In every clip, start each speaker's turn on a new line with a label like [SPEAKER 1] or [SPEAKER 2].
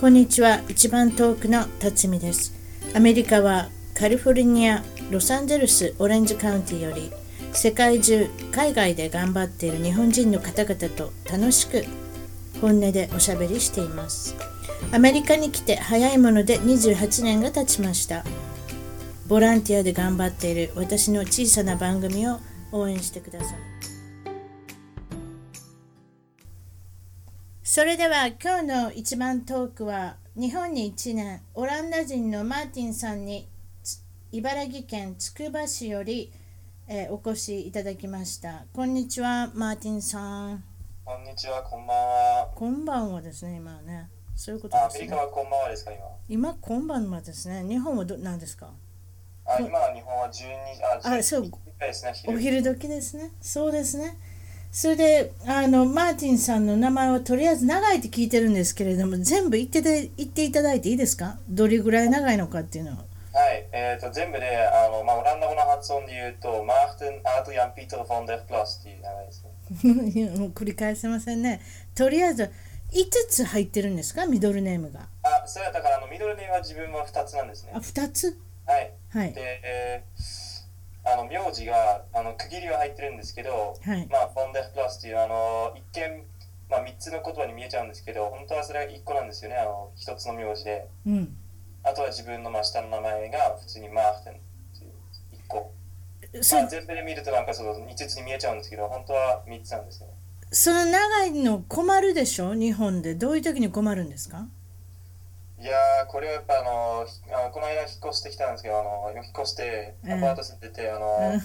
[SPEAKER 1] こんにちは一番遠くの辰巳ですアメリカはカリフォルニアロサンゼルスオレンジカウンティより世界中海外で頑張っている日本人の方々と楽しく本音でおしゃべりしていますアメリカに来て早いもので28年が経ちましたボランティアで頑張っている私の小さな番組を応援してくださいそれでは今日の一番トークは日本に1年オランダ人のマーティンさんにつ茨城県つくば市より、えーお越しいただきましたこんにちはマーティンさん
[SPEAKER 2] こんにちは、こんばんは。
[SPEAKER 1] こんばんはですね今はねそういうこと
[SPEAKER 2] あ、ア
[SPEAKER 1] で
[SPEAKER 2] メ
[SPEAKER 1] す
[SPEAKER 2] リカ
[SPEAKER 1] ね
[SPEAKER 2] はこんばんはですか、今。
[SPEAKER 1] 今こんばんはですね日本はど何ですか
[SPEAKER 2] あ、
[SPEAKER 1] そう
[SPEAKER 2] 今は日本は12時、あ、
[SPEAKER 1] あそう
[SPEAKER 2] 11時ぐらいですね、
[SPEAKER 1] お
[SPEAKER 2] 昼。
[SPEAKER 1] 昼時ですねそうですねそれであのマーティンさんの名前はとりあえず長いって聞いてるんですけれども全部言ってて言っていただいていいですかどれぐらい長いのかっていうのは
[SPEAKER 2] はい、えっ、と、全部で、あの、まあ、オランダ語の発音で言うと、マーテン・アドリアン・ピートル・フォン・デフ・プラスっていう名前ですね。
[SPEAKER 1] いやもう繰り返せませんねとりあえず5つ入ってるんですかミドルネームが
[SPEAKER 2] あ、そうやったから、あの、ミドルネームは自分は2つなんですね
[SPEAKER 1] あ。2つ
[SPEAKER 2] はい。
[SPEAKER 1] はい
[SPEAKER 2] で、えーあの、名字が、あの、区切りは入ってるんですけど、
[SPEAKER 1] はい
[SPEAKER 2] まあ、フォン・デフ・プラスっていう、あの、一見、まあ、3つの言葉に見えちゃうんですけど、本当はそれが1個なんですよね、あの、1つの名字で。
[SPEAKER 1] うん
[SPEAKER 2] あとは自分の真下の名前が普通にマーフテンっていう1個。
[SPEAKER 1] そ
[SPEAKER 2] まあ、全部で見るとなんかその5つに見えちゃうんですけど、本当は3つなんですよ。
[SPEAKER 1] その長いの困るでしょ日本でどういう時に困るんですか
[SPEAKER 2] いやー、これはやっぱあのひあのこの間引っ越してきたんですけど、あの引っ越して
[SPEAKER 1] うん
[SPEAKER 2] アパート住んでて、あの
[SPEAKER 1] うん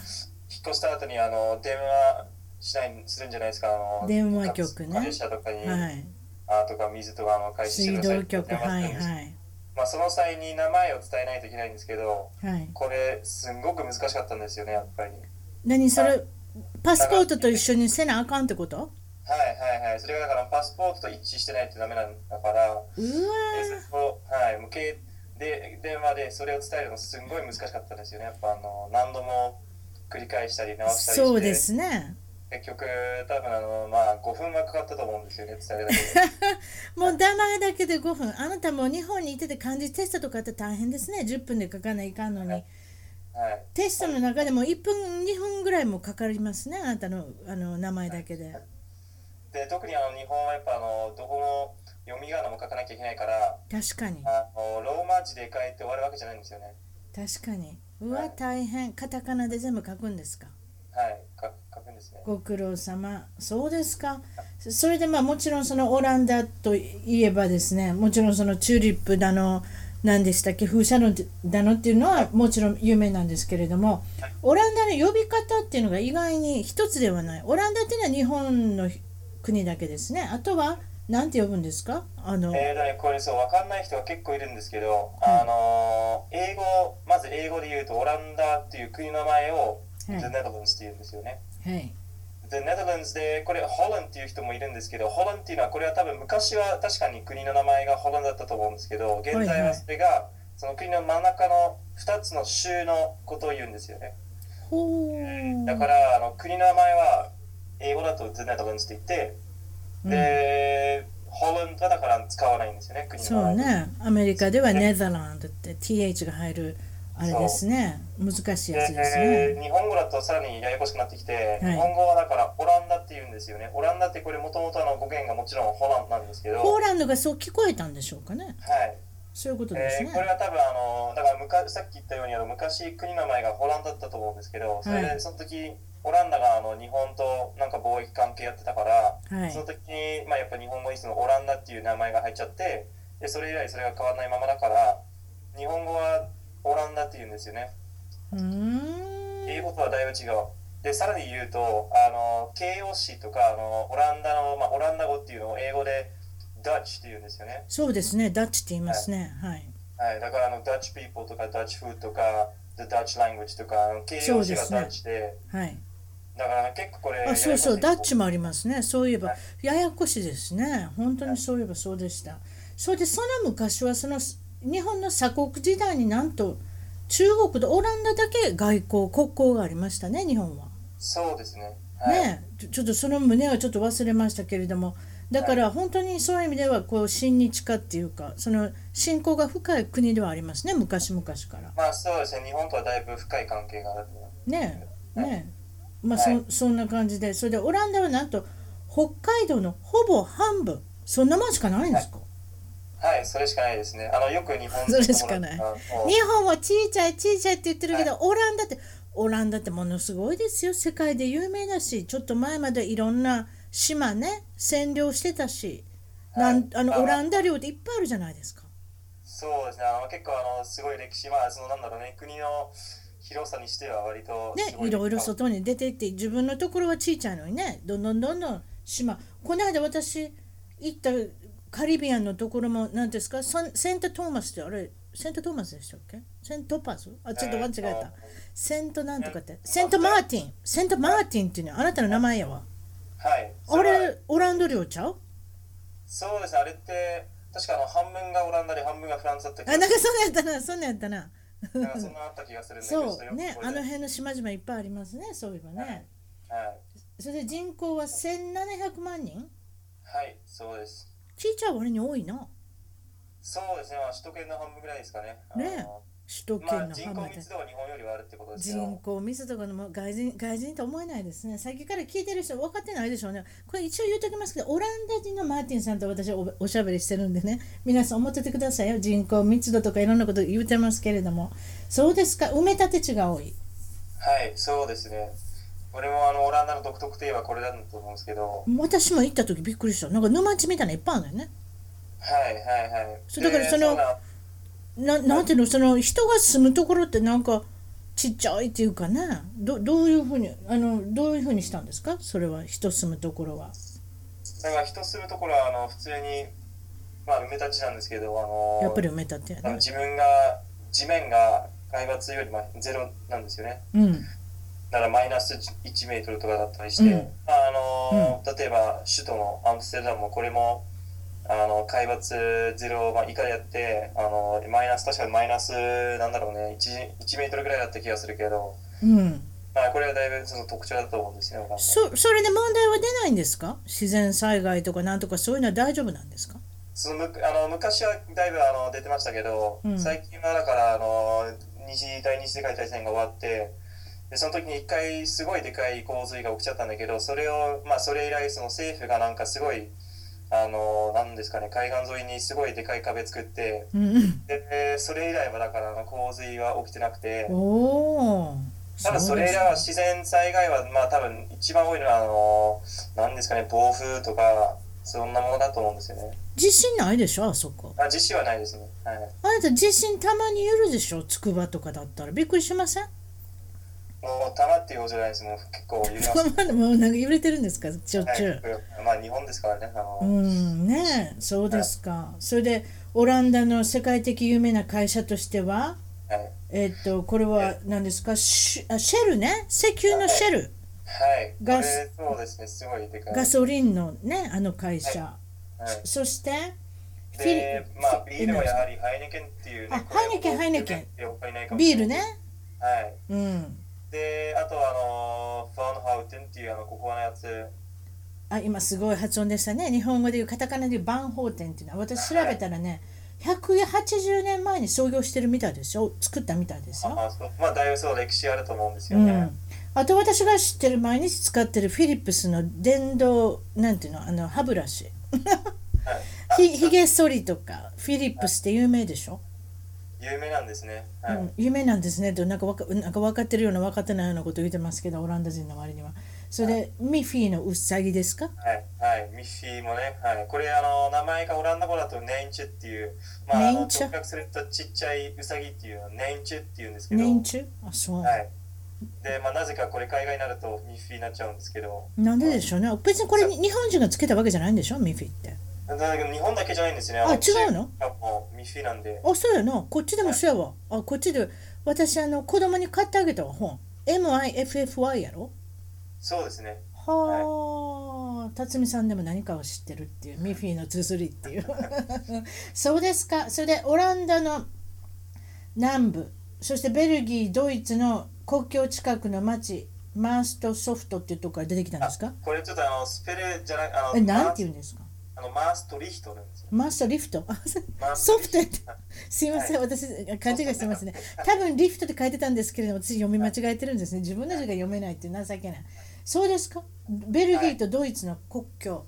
[SPEAKER 2] 引っ越した後にあの電話しないするんじゃないですか、あの
[SPEAKER 1] 電話局ね
[SPEAKER 2] 会社とかに、
[SPEAKER 1] はい
[SPEAKER 2] あとか水とかあの会社
[SPEAKER 1] 水道局はいは
[SPEAKER 2] はい
[SPEAKER 1] い
[SPEAKER 2] まあ、その際に名前を伝えないといけないんですけど、
[SPEAKER 1] はい
[SPEAKER 2] これすんごく難しかったんですよね、やっぱり。
[SPEAKER 1] 何それ
[SPEAKER 2] あ
[SPEAKER 1] パスポートと一緒にせなあかんってこと
[SPEAKER 2] はいはいはい、それがだからパスポートと一致してないとダメなんだから、
[SPEAKER 1] うわ
[SPEAKER 2] でそこはい、向けで電話でそれを伝えるのすんごい難しかったんですよね、やっぱあの何度も繰り返したり
[SPEAKER 1] ー
[SPEAKER 2] 直したりして、
[SPEAKER 1] そうですね
[SPEAKER 2] 結局、多分あのまあ5分はかかったと思うんですよね、伝える だけで。
[SPEAKER 1] もう名前だけで5分あなたもう日本にいてて漢字テストとかって大変ですね10分で書かないかんのに
[SPEAKER 2] はい
[SPEAKER 1] テストの中でも1分2分ぐらいもかかりますねあなたのあの名前だけで
[SPEAKER 2] で特にあの日本はやっぱあのどこも読み仮名も書かなきゃいけないから
[SPEAKER 1] 確かに
[SPEAKER 2] あのローマ字で書いて終わるわけじゃないんですよね。
[SPEAKER 1] 確かにうわ大変カタカナで全部書くんですか
[SPEAKER 2] はい、か書くんですね。
[SPEAKER 1] ご苦労様そうですかそそれでまあもちろんそのオランダといえばですねもちろんそのチューリップだの何でしたっけ風車のだのっていうのはもちろん有名なんですけれどもオランダの呼び方っていうのが意外に一つではないオランダっていうのは日本の国だけですねあとは何て呼ぶんですかあの、
[SPEAKER 2] えーとね、これそう分かんない人が結構いるんですけど、
[SPEAKER 1] はい
[SPEAKER 2] あのー英語まず英語で言うとオランダっていう国の名前を、
[SPEAKER 1] はい
[SPEAKER 2] The Netherlands って言うんですよね。
[SPEAKER 1] はい、
[SPEAKER 2] The Netherlands でこれホランっていう人もいるんですけどホランっていうのはこれは多分昔は確かに国の名前がホランダだったと思うんですけど現
[SPEAKER 1] はい
[SPEAKER 2] 在
[SPEAKER 1] はい
[SPEAKER 2] はそれがその国の真ん中の2つの州のことを言うんですよね。
[SPEAKER 1] ほう
[SPEAKER 2] だからあの国の名前は英語だと The Netherlands って言って、でホランダだから使わないんですよね国の名
[SPEAKER 1] そ
[SPEAKER 2] 前
[SPEAKER 1] う
[SPEAKER 2] は
[SPEAKER 1] ねアメリカではネザーランドって TH が入るあれですね難しいやつです
[SPEAKER 2] え
[SPEAKER 1] ね
[SPEAKER 2] ー日本語だとさらにややこしくなってきて、
[SPEAKER 1] はい
[SPEAKER 2] 日本語はだからオランダって言うんですよねオランダってこれもともと語源がもちろんホランなんですけど、
[SPEAKER 1] ポー
[SPEAKER 2] はい
[SPEAKER 1] ランドがそう聞こえたんでしょうかねそういうことです
[SPEAKER 2] え
[SPEAKER 1] ね
[SPEAKER 2] ーこれは多分あのだから昔さっき言ったようにあの昔国の名前がホランダだったと思うんですけどそれ
[SPEAKER 1] はい
[SPEAKER 2] でその時オランダがあの日本となんか貿易関係やってたから、
[SPEAKER 1] はい
[SPEAKER 2] その時に、まあ、やっぱ日本語にそのオランダっていう名前が入っちゃってでそれ以来それが変わらないままだから日本語はオランダって言うんですよね。
[SPEAKER 1] うーん
[SPEAKER 2] 英語とはだいぶ違う。で、さらに言うと、あの、形容詞とか、あの、オランダの、まあ、オランダ語っていうのを英語で、ダッチって言うんですよね。
[SPEAKER 1] そうですねダッチって言いますねはい
[SPEAKER 2] はい。だから、あの、ダッチ people とか、ダッチ food とか、the Dutch language とか、あの形容詞
[SPEAKER 1] そ
[SPEAKER 2] が
[SPEAKER 1] うですね
[SPEAKER 2] ダッチで、
[SPEAKER 1] はい
[SPEAKER 2] だから結構これ、
[SPEAKER 1] あそうそうダッチ
[SPEAKER 2] も。
[SPEAKER 1] もありますねそういえば
[SPEAKER 2] はい
[SPEAKER 1] ややこしいですね本当にそういえばそうでしたそれでその昔はその日本の鎖国時代になんと中国とオランダだけ外交国交がありましたね日本は
[SPEAKER 2] そうですね。はい。
[SPEAKER 1] ねえちょちょっとその旨はちょっと忘れましたけれどもだから本当にそういう意味ではこう親日家っていうかその信仰が深い国ではありますね昔々から
[SPEAKER 2] まあそうですね、日本とはだいぶ深い関係があると思います。
[SPEAKER 1] ねえ
[SPEAKER 2] はい
[SPEAKER 1] ねえまあ
[SPEAKER 2] はい
[SPEAKER 1] そそんな感じでそれでオランダはなんと北海道のほぼ半分そんなもんしかないんですか
[SPEAKER 2] はい、それしかないですね。あのよく 日本
[SPEAKER 1] それしかない
[SPEAKER 2] あの
[SPEAKER 1] 日本は小さい小さいって言ってるけどオランダってオランダってものすごいですよ世界で有名だしちょっと前までいろんな島ね占領してたしなんあのオランダ領っていっぱいあるじゃないですか。
[SPEAKER 2] そうですね。あの結構あのすごい歴史まあそのなんだろうね国の広さにしては割と
[SPEAKER 1] ね
[SPEAKER 2] すご、い
[SPEAKER 1] いろいろ外に出ていって自分のところはちいちゃいのにねどんどんどんどん島この間私行ったカリビアンのところも何ですかサンセントトーマスってあれセントトーマスでしたっけセントパスあちょっと間違えたセントなんとかってセントマーティンセントマーティンっていうのはあなたの名前やわ
[SPEAKER 2] はい。
[SPEAKER 1] あ
[SPEAKER 2] そは
[SPEAKER 1] れオランダ領ちゃう
[SPEAKER 2] そうですね。あれって確かあの半分がオランダで半分がフランスだった気が
[SPEAKER 1] あなんかそんなんやったなそんなんやったな
[SPEAKER 2] なんかそんなあった気がするんだけど
[SPEAKER 1] そうねあの辺の島々いっぱいありますねそういえば
[SPEAKER 2] はい
[SPEAKER 1] ね
[SPEAKER 2] はい
[SPEAKER 1] それで人口は1700万人
[SPEAKER 2] はいそうです。
[SPEAKER 1] ちいちゃい割に多いな
[SPEAKER 2] そうですね。まあ首都圏の半分ぐらいですかね。あの
[SPEAKER 1] ね首都
[SPEAKER 2] ま
[SPEAKER 1] 圏
[SPEAKER 2] あ
[SPEAKER 1] の
[SPEAKER 2] 人
[SPEAKER 1] 浜
[SPEAKER 2] 口
[SPEAKER 1] で
[SPEAKER 2] 密度は日本よりはあるってことですけ
[SPEAKER 1] 人
[SPEAKER 2] ど。
[SPEAKER 1] 口密度がもう外人外人と思えないですね。先から聞いてる人分かってないでしょうね。これ一応言うときますけど、オランダ人のマーティンさんと私はおおしゃべりしてるんでね、皆さん思っててくださいよ。人口密度とかいろんなこと言うてますけれども、そうですか、埋め立て地が多い。
[SPEAKER 2] はいそうですね。俺もあのオランダの独特といえばこれだと思うんですけど。
[SPEAKER 1] 私も行った時びっくりした。なんか沼地みたいなのいっぱいあるんだよね。
[SPEAKER 2] はいはいはい。
[SPEAKER 1] そうだから
[SPEAKER 2] で
[SPEAKER 1] その
[SPEAKER 2] うなん
[SPEAKER 1] ななんていうのその人が住むところってなんかちっちゃいっていうかねどどういうふうにあのどういうふうにしたんですかそれは人住むところは。
[SPEAKER 2] だから人住むところはあの普通に、まあ、埋め立ちなんですけどあの
[SPEAKER 1] やっぱり埋め立てや
[SPEAKER 2] あの
[SPEAKER 1] ね。
[SPEAKER 2] 自分が地面が海抜よりもゼロなんですよね
[SPEAKER 1] うん
[SPEAKER 2] だからマイナス1メートルとかだったりして、
[SPEAKER 1] うん
[SPEAKER 2] まああの例えば首都のアムステルダムもこれもあの海抜ゼロ、まあ、以下でやってあのマイナス確かマイナスなんだろうね 1, 1メートルぐらいだった気がするけど、
[SPEAKER 1] うん、
[SPEAKER 2] まあ、これはだいぶその特徴だと思うんですよね僕は
[SPEAKER 1] そそれで問題は出ないんですか自然災害とかなんとかそういうのは大丈夫なんですか
[SPEAKER 2] そのむあの昔はだいぶあの出てましたけど、
[SPEAKER 1] うん
[SPEAKER 2] 最近はだからあの二次第二次世界大戦が終わってでその時に一回すごいでかい洪水が起きちゃったんだけどそれを、まあ、それ以来その政府がなんかすごいあのなんですかね海岸沿いにすごいでかい壁作って
[SPEAKER 1] うんうん、
[SPEAKER 2] でそれ以来はだからあの洪水は起きてなくて
[SPEAKER 1] おお。
[SPEAKER 2] ただそれ以来は自然災害はまあ多分一番多いのはあのなんですかね暴風とかそんなものだと思うんですよね。
[SPEAKER 1] 地震ないでしょあそこ。
[SPEAKER 2] あ実施はないですね。はい
[SPEAKER 1] あなた地震たまにゆるでしょつくばとかだったらびっくりしません
[SPEAKER 2] もう玉っていう方じゃないです、もう結構揺れます。
[SPEAKER 1] そんなもうなんか揺れてるんですかしょっちゅう。
[SPEAKER 2] はい、まあ日本ですからね、あの、
[SPEAKER 1] うんねえそうですか。それでオランダの世界的有名な会社としては、
[SPEAKER 2] はい、は
[SPEAKER 1] えっとこれは何ですかシュあシェルね石油のシェル
[SPEAKER 2] い、
[SPEAKER 1] ガ
[SPEAKER 2] ガ
[SPEAKER 1] ス
[SPEAKER 2] スそうですね、すごいでかい。
[SPEAKER 1] ガソリンのねあの会社、
[SPEAKER 2] はい、
[SPEAKER 1] そしてフィ
[SPEAKER 2] で、
[SPEAKER 1] リ
[SPEAKER 2] まあビ
[SPEAKER 1] フィ
[SPEAKER 2] ールはやはりハイネケンっていう、
[SPEAKER 1] あ
[SPEAKER 2] これ
[SPEAKER 1] ハイネケンハイネケン。
[SPEAKER 2] やっぱりないかもし
[SPEAKER 1] ビ
[SPEAKER 2] れ
[SPEAKER 1] ー
[SPEAKER 2] ない
[SPEAKER 1] ルね。
[SPEAKER 2] はい。
[SPEAKER 1] うん
[SPEAKER 2] で、あとはあのファンハウテンっていうあのここのやつ。
[SPEAKER 1] あ今すごい発音でしたね日本語でいうカタカナでいうバンホーテンっていうのは私調べたらね180年前に創業してるみたいですよ作ったみたいですよ、
[SPEAKER 2] まあそうまあだいぶそう歴史あると思うんです
[SPEAKER 1] う
[SPEAKER 2] よね。
[SPEAKER 1] ん、あと私が知ってる毎日使ってるフィリップスの電動なんていうのあの歯ブラシ
[SPEAKER 2] はい。
[SPEAKER 1] ひ
[SPEAKER 2] あ
[SPEAKER 1] ひげ剃りとかフィリップスって有名でしょ、
[SPEAKER 2] 有名なんですね。
[SPEAKER 1] う
[SPEAKER 2] はい。
[SPEAKER 1] ん、有名なんですねとなんかわかなんか分かってるような分かってないようなこと言ってますけどオランダ人の割にはそれでミッフィーのウサギですか
[SPEAKER 2] はい、はい、ミッフィーもね、はい、これあの名前がオランダ語だとネインチュっていう、まあ、あの
[SPEAKER 1] ネインチュ
[SPEAKER 2] 直訳するとちっちゃいウサギっていうのはネインチュっていうんですけど、
[SPEAKER 1] 年中あそう、
[SPEAKER 2] はい、で、まあ、なぜかこれ海外になるとミッフィーになっちゃうんですけど、
[SPEAKER 1] なんででしょうね別にこれに日本人がつけたわけじゃないんでしょミッフィーって
[SPEAKER 2] だけど日本だけじゃないんですよね。
[SPEAKER 1] あ
[SPEAKER 2] の
[SPEAKER 1] 違うの？
[SPEAKER 2] 中国もミッフィーなんで、
[SPEAKER 1] あそうやなこっちでもそうやわあこっちで私あの子供に買ってあげたわ本 MIFFY やろ
[SPEAKER 2] そうですね。
[SPEAKER 1] はあ、辰巳さんでも何かを知ってるっていうミッフィーのつづりっていう そうですかそれでオランダの南部そしてベルギードイツの国境近くの町マーストソフトっていうところから出てきたんですか
[SPEAKER 2] これちょっとあのスペルじゃないあの
[SPEAKER 1] えなんて言うんですか
[SPEAKER 2] あのマーストリヒトルンですよ。
[SPEAKER 1] マスターリフト あ
[SPEAKER 2] マース
[SPEAKER 1] ソ
[SPEAKER 2] ト
[SPEAKER 1] フ
[SPEAKER 2] リヒ
[SPEAKER 1] トってすいません、私勘違いしてますね多分リフトって書いてたんですけれども私読み間違えてるんですね自分の字が読めないって情けないそうですかベルギーとドイツの国境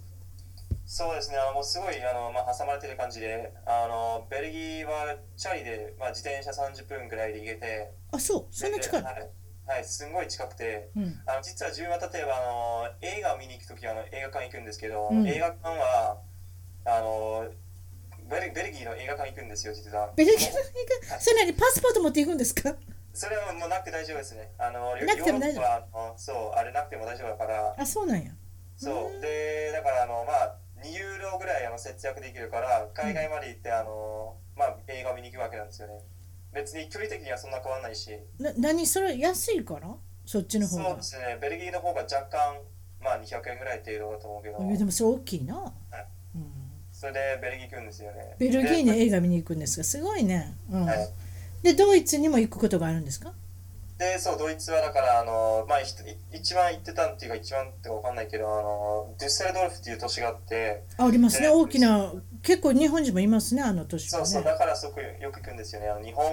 [SPEAKER 2] そうですね、あのもうすごいあの、まあ、挟まれてる感じで、あのベルギーはチャリで、まあ、自転車30分ぐらいで行けて、
[SPEAKER 1] あそうそんな近い
[SPEAKER 2] ではい、はい、すんごい近くて、
[SPEAKER 1] うん
[SPEAKER 2] あの実は自分は例えばあの映画を見に行くときはあの映画館行くんですけど、
[SPEAKER 1] うん
[SPEAKER 2] 映画館はあのベルベルギーの映画館行くんですよ、実は。
[SPEAKER 1] ベルギーの映画それなにパスポート持っていくんですか
[SPEAKER 2] それはもうなくて大丈夫ですね。あの
[SPEAKER 1] なくても大丈夫
[SPEAKER 2] ヨーロッパはあのそう、あれなくても大丈夫だから、
[SPEAKER 1] あそうなんや
[SPEAKER 2] そう、で、だからあの、まあ、2ユーロぐらいあの節約できるから、海外まで行って、あのまあ、映画見に行くわけなんですよね。別に距離的にはそんな変わらないし、
[SPEAKER 1] な何それ安いからそっちの方
[SPEAKER 2] そう
[SPEAKER 1] が
[SPEAKER 2] ですね、ベルギーの方が若干、まあ、200円ぐらい程度だと思うけど、
[SPEAKER 1] いやでもそれ大きいな、うん、
[SPEAKER 2] それでベルギー行くんですよね。
[SPEAKER 1] ベルギーに
[SPEAKER 2] で
[SPEAKER 1] 映画見に行くんですがすごいね、うん
[SPEAKER 2] はい
[SPEAKER 1] でドイツにも行くことがあるんですか
[SPEAKER 2] で、そう、ドイツはだから、あの、まあ、ひと一番行ってたっていうか、一番ってかわかんないけど、あの、デュッセルドルフっていう都市があって、
[SPEAKER 1] あありますね
[SPEAKER 2] ね
[SPEAKER 1] 大きな結構日本人もいますねあの年は
[SPEAKER 2] そう
[SPEAKER 1] ね
[SPEAKER 2] そう、だからそこよく行くんですよね。あの日本、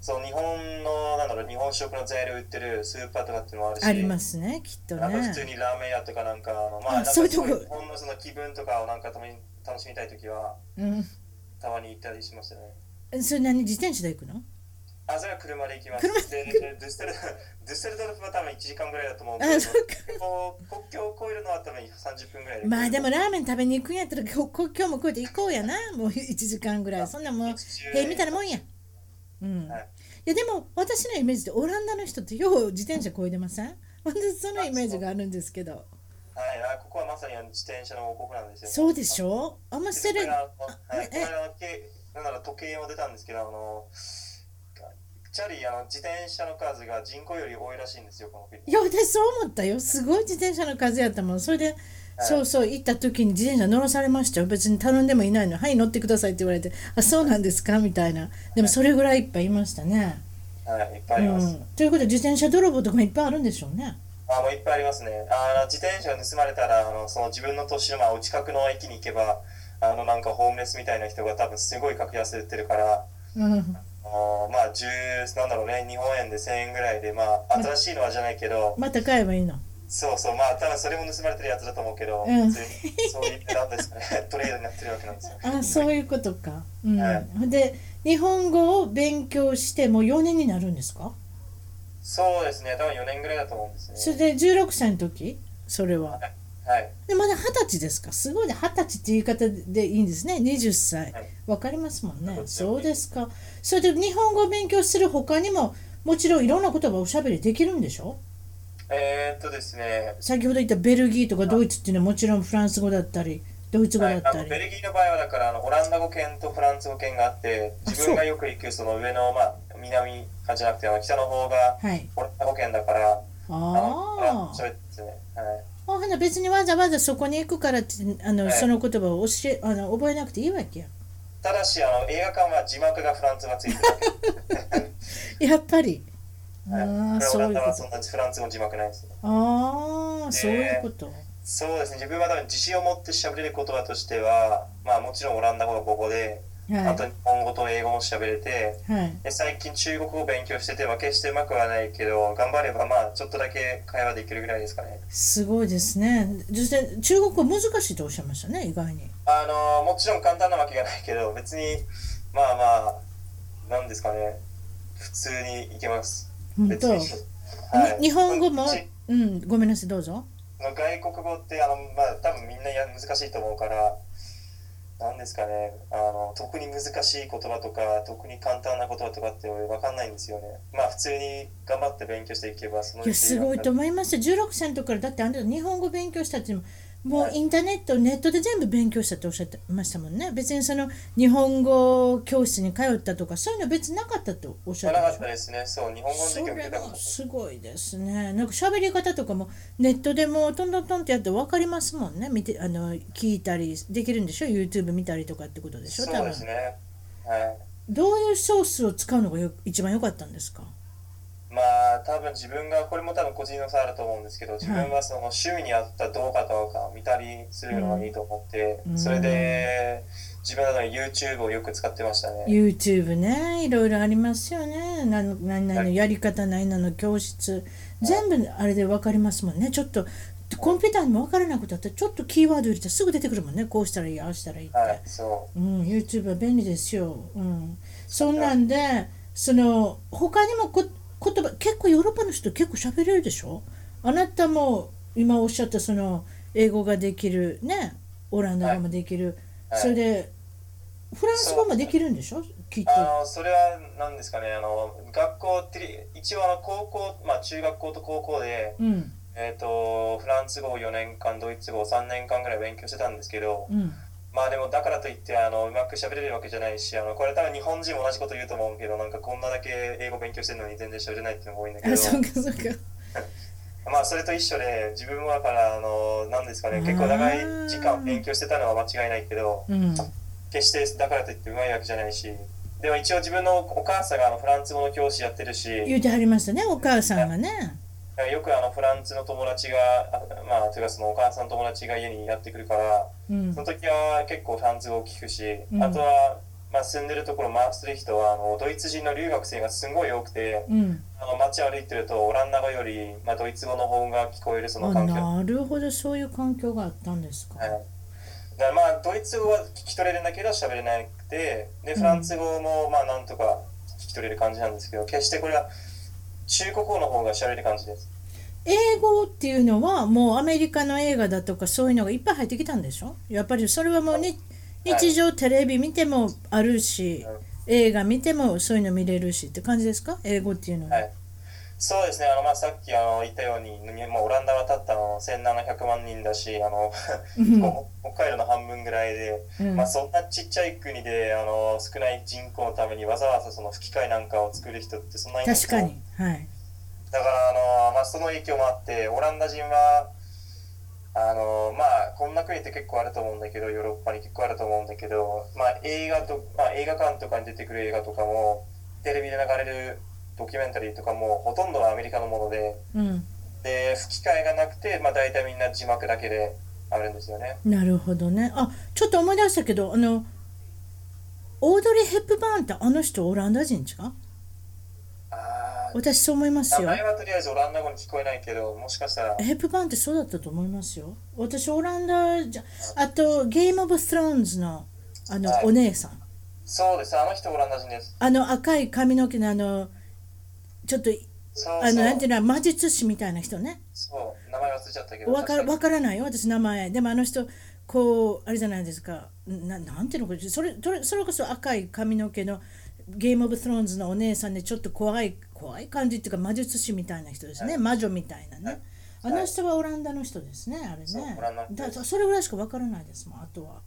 [SPEAKER 2] そう、日本の、なんだろう、日本食の材料売ってるスーパーとかっていうのもあるし、
[SPEAKER 1] ありますねきっと
[SPEAKER 2] なんか普通
[SPEAKER 1] ね
[SPEAKER 2] にラーメン屋とかなんか、あのまあ、
[SPEAKER 1] あ
[SPEAKER 2] なんか
[SPEAKER 1] そういう
[SPEAKER 2] すごい
[SPEAKER 1] とこ
[SPEAKER 2] 日本のその気分とかをなんかたまに楽しみたいときは、
[SPEAKER 1] うん
[SPEAKER 2] たまに行ったりしましたね。
[SPEAKER 1] それ何自転車で行くの
[SPEAKER 2] あ、それは車で行きます。
[SPEAKER 1] 車で
[SPEAKER 2] ででデュッセル、デュッセルドルフは多分1時間ぐらいだと思うけど
[SPEAKER 1] あそっか
[SPEAKER 2] こう国境を越えるのは多分30分ぐらい
[SPEAKER 1] まあでも
[SPEAKER 2] ね、
[SPEAKER 1] ラーメン食べに行くんやったらこ国境も越えて行こうやなもう1時間ぐらいそんなもうへいみたいなもんやうん、
[SPEAKER 2] はいい、
[SPEAKER 1] やでも私のイメージでオランダの人ってよう自転車こいでません私そのイメージがあるんですけど
[SPEAKER 2] はい、あここはまさにあの自転車の王国なんですよ。
[SPEAKER 1] そうでしょあんまそ
[SPEAKER 2] こ
[SPEAKER 1] れ
[SPEAKER 2] れあのはい、
[SPEAKER 1] え
[SPEAKER 2] これあのけなんだろう時計も出たんですけど、あのチャリあの自転車の数が人口より多いらしいんですよ、この国。
[SPEAKER 1] いや私そう思ったよすごい自転車の数やったもんそれで、そうそう行った時に自転車乗らされましたよ別に頼んでもいないのに「はい乗ってください」って言われて「あそうなんですか」みたいなでもそれぐらいいっぱいいましたね、
[SPEAKER 2] はい、いっぱいあり
[SPEAKER 1] う
[SPEAKER 2] ます。
[SPEAKER 1] ん、ということで自転車泥棒とかもいっぱいあるんでしょうね
[SPEAKER 2] あもういっぱいありますね。あの自転車が盗まれたらあのその自分の年のまあお近くの駅に行けばあのなんかホームレスみたいな人が多分すごい格安で売ってるから。
[SPEAKER 1] うん
[SPEAKER 2] あのまあ10なんだろうね日本円で1000円ぐらいでまあ新しいのはじゃないけど、
[SPEAKER 1] また買えばいいの
[SPEAKER 2] そうそうまあ多分それも盗まれてるやつだと思うけど、
[SPEAKER 1] うん
[SPEAKER 2] そういうそういうなんですかね トレードになってるわけなんですよ
[SPEAKER 1] あそういうことか、う
[SPEAKER 2] は
[SPEAKER 1] ん、で日本語を勉強してもう4年になるんですか
[SPEAKER 2] そうですね多分4年ぐらいだと思うんですね
[SPEAKER 1] それで16歳の時それは
[SPEAKER 2] はい
[SPEAKER 1] でまだ二十歳ですかすごいね二十歳っていう言い方でいいんですね20歳
[SPEAKER 2] はい
[SPEAKER 1] わかりますもんね
[SPEAKER 2] そうですよ
[SPEAKER 1] そうですかそれで日本語を勉強する他にももちろんいろんな言葉をおしゃべりできるんでしょ
[SPEAKER 2] えー、っとですね
[SPEAKER 1] 先ほど言ったベルギーとかドイツっていうのはもちろんフランス語だったりドイツ語
[SPEAKER 2] は
[SPEAKER 1] だ
[SPEAKER 2] い
[SPEAKER 1] っ、
[SPEAKER 2] あ
[SPEAKER 1] た
[SPEAKER 2] の
[SPEAKER 1] り、
[SPEAKER 2] ベルギーの場合はだからあのオランダ語圏とフランス語圏があって
[SPEAKER 1] あ
[SPEAKER 2] 自分がよく行くその上の、まあ、南あじゃなくてあの北の方が
[SPEAKER 1] はい
[SPEAKER 2] オランダ語圏だからあ
[SPEAKER 1] あ
[SPEAKER 2] の
[SPEAKER 1] あ
[SPEAKER 2] そうですねはい
[SPEAKER 1] あほな別にわざわざそこに行くからってあの、
[SPEAKER 2] はい
[SPEAKER 1] その言葉を教えあの覚えなくていいわけや
[SPEAKER 2] ただしあの映画館は字幕がフランスがついてるだけ
[SPEAKER 1] やっぱり、
[SPEAKER 2] はい
[SPEAKER 1] ああ
[SPEAKER 2] こ
[SPEAKER 1] そ
[SPEAKER 2] れ
[SPEAKER 1] う
[SPEAKER 2] オラ
[SPEAKER 1] いう
[SPEAKER 2] ンダ
[SPEAKER 1] こ
[SPEAKER 2] は
[SPEAKER 1] と
[SPEAKER 2] そんなフランス語字幕ないですね
[SPEAKER 1] ああそういうこと、
[SPEAKER 2] そうですね自分は多分自信を持って喋れる言葉としてはまあもちろんオランダ語が母語で、あと
[SPEAKER 1] は
[SPEAKER 2] 日本語と英語も喋れて
[SPEAKER 1] いはい
[SPEAKER 2] で最近中国語を勉強してて、まあ、決してうまくはないけど頑張ればまあちょっとだけ会話できるぐらいですかね
[SPEAKER 1] すごいですね。そして中国語難しいとおっしゃいましたね、意外に。
[SPEAKER 2] あのもちろん簡単なわけがないけど別にまあまあなんですかね普通にいけます
[SPEAKER 1] 本
[SPEAKER 2] 別
[SPEAKER 1] 当。
[SPEAKER 2] に、はい
[SPEAKER 1] に日本語も
[SPEAKER 2] こっち、
[SPEAKER 1] うん、ごめんなさい、どうぞ。
[SPEAKER 2] まあ外国語ってあの、まあ、多分みんなや難しいと思うからなんですかねあの特に難しい言葉とか特に簡単な言葉とかって分かんないんですよねまあ普通に頑張って勉強していけばその
[SPEAKER 1] いや、すごいと
[SPEAKER 2] 思
[SPEAKER 1] 思いますよ。16歳の時から、だってあなた日本語勉強したっていうのも、もう
[SPEAKER 2] はい
[SPEAKER 1] インターネット、ネットで全部勉強したっておっしゃってましたもんね。別にその日本語教室に通ったとか、そういうの別になかったとおっしゃ
[SPEAKER 2] な
[SPEAKER 1] ってまし
[SPEAKER 2] かったた。ですねそう日本語の
[SPEAKER 1] そ
[SPEAKER 2] 授業受
[SPEAKER 1] れ
[SPEAKER 2] けたこと
[SPEAKER 1] がすごいですね。なんか喋り方とかもネットでもうトントントンってやって分かりますもんね。見てあの聞いたりできるんでしょ ?YouTube 見たりとかってことでしょ
[SPEAKER 2] そうですねはい
[SPEAKER 1] どういうソースを使うのがよ一番良かったんですか
[SPEAKER 2] まあや多分自分がこれも多分個人の差だと思うんですけど自分はその趣味に合った動画とかを見たりするのがいいと思って、
[SPEAKER 1] うん
[SPEAKER 2] それで自分なのに YouTube をよく使ってましたね
[SPEAKER 1] YouTube ねいろいろありますよねなの何々のやり方何々の教室全部あれで分かりますもんねちょっとコンピューターにも分からないことあったらちょっとキーワード入れたらすぐ出てくるもんねこうしたらいいああしたらいいって、
[SPEAKER 2] はいそ
[SPEAKER 1] うん、YouTube は便利ですよ、うん、そんなんでその他にもこ言葉結構ヨーロッパの人結構喋れるでしょあなたも今おっしゃったその英語ができるねオランダ語もできる、
[SPEAKER 2] はい
[SPEAKER 1] それでフランス語もできるんでしょきっと
[SPEAKER 2] うあのそれは何ですかねあの学校って一応あの高校、まあ、中学校と高校で、
[SPEAKER 1] うん
[SPEAKER 2] えー、とフランス語を4年間ドイツ語を3年間ぐらい勉強してたんですけど、
[SPEAKER 1] うん
[SPEAKER 2] まあでもだからといってあのうまく喋れるわけじゃないしあのこれ多分日本人も同じこと言うと思うけどなんかこんなだけ英語勉強してるのに全然喋れないっていうのが多いんだけ
[SPEAKER 1] あ
[SPEAKER 2] ど
[SPEAKER 1] そうかそうか
[SPEAKER 2] まあそれと一緒で自分もだからあの何ですかね結構長い時間勉強してたのは間違いないけど
[SPEAKER 1] うん
[SPEAKER 2] 決してだからといってうまいわけじゃないしでも一応自分のお母さんがあのフランス語の教師やってるし
[SPEAKER 1] 言うてはりましたねお母さんがね
[SPEAKER 2] よくあのフランスの友達があまあというかそのお母さんの友達が家にやってくるから
[SPEAKER 1] うん
[SPEAKER 2] その時は結構フランス語を聞くし、
[SPEAKER 1] うん
[SPEAKER 2] あとは、まあ、住んでるところマーストリヒトはあのドイツ人の留学生がすごい多くて
[SPEAKER 1] うん
[SPEAKER 2] あの街歩いてるとオランダ語より、まあ、ドイツ語の方が聞こえるその
[SPEAKER 1] あ
[SPEAKER 2] 環境、は
[SPEAKER 1] な
[SPEAKER 2] い、
[SPEAKER 1] るほどそういう環境があったんですか、
[SPEAKER 2] だからまあドイツ語は聞き取れるんだけど喋れなくてでフランス語もまあなんとか聞き取れる感じなんですけど決してこれは中国語の方が喋れる感じです
[SPEAKER 1] 英語っていうのはもうアメリカの映画だとかそういうのがいっぱい入ってきたんでしょやっぱりそれはもうに
[SPEAKER 2] はい
[SPEAKER 1] 日常テレビ見てもあるし映画見てもそういうの見れるしって感じですか英語っていうのは、
[SPEAKER 2] はいそうですねあの、まあ、さっきあの言ったように、もうオランダはたったの1700万人だしあの
[SPEAKER 1] うん
[SPEAKER 2] こう北海道の半分ぐらいで、
[SPEAKER 1] うん
[SPEAKER 2] まあ、そんなちっちゃい国であの少ない人口のためにわざわざその吹き替えなんかを作る人ってそんなにいない
[SPEAKER 1] 確かにはい
[SPEAKER 2] だからあの、まあ、その影響もあってオランダ人はあのまあこんな国って結構あると思うんだけどヨーロッパに結構あると思うんだけど、まあ、映画と、まあ、映画館とかに出てくる映画とかもテレビで流れるドキュメンタリーとかもほとんどはアメリカのもので
[SPEAKER 1] うん
[SPEAKER 2] で吹き替えがなくて、まあ、大体みんな字幕だけであるんですよね。
[SPEAKER 1] なるほどねあちょっと思い出したけどあのオードリー・ヘップバーンってあの人オランダ人違う
[SPEAKER 2] あー
[SPEAKER 1] 私そう思います
[SPEAKER 2] 名
[SPEAKER 1] よ
[SPEAKER 2] 前はとりあえずオランダ語に聞こえないけどもしかしたら
[SPEAKER 1] ヘップバーンってそうだったと思いますよ私オランダじゃあとゲーム・オブ・スローンズのあの、
[SPEAKER 2] はい
[SPEAKER 1] お姉さん
[SPEAKER 2] そうですあの人オランダ人です
[SPEAKER 1] あの赤い髪の毛のあのちょっと
[SPEAKER 2] そう
[SPEAKER 1] あの
[SPEAKER 2] そ
[SPEAKER 1] なん
[SPEAKER 2] う
[SPEAKER 1] ていうの魔術師みたいな人ね
[SPEAKER 2] そう名前忘れちゃったけど
[SPEAKER 1] わか
[SPEAKER 2] 確か
[SPEAKER 1] わからないよ私名前でもあの人こうあれじゃないですかななんていうのかそれそれそれこそ赤い髪の毛のゲーム・オブ・スローンズのお姉さんでちょっと怖い怖い感じっていうか魔術師みたいな人ですね、魔女みたいなね、
[SPEAKER 2] はい
[SPEAKER 1] あの人はオランダの人ですねあれ
[SPEAKER 2] そう
[SPEAKER 1] ね
[SPEAKER 2] オランダの人
[SPEAKER 1] だ
[SPEAKER 2] です
[SPEAKER 1] それぐらいしかわからないですもんあとは、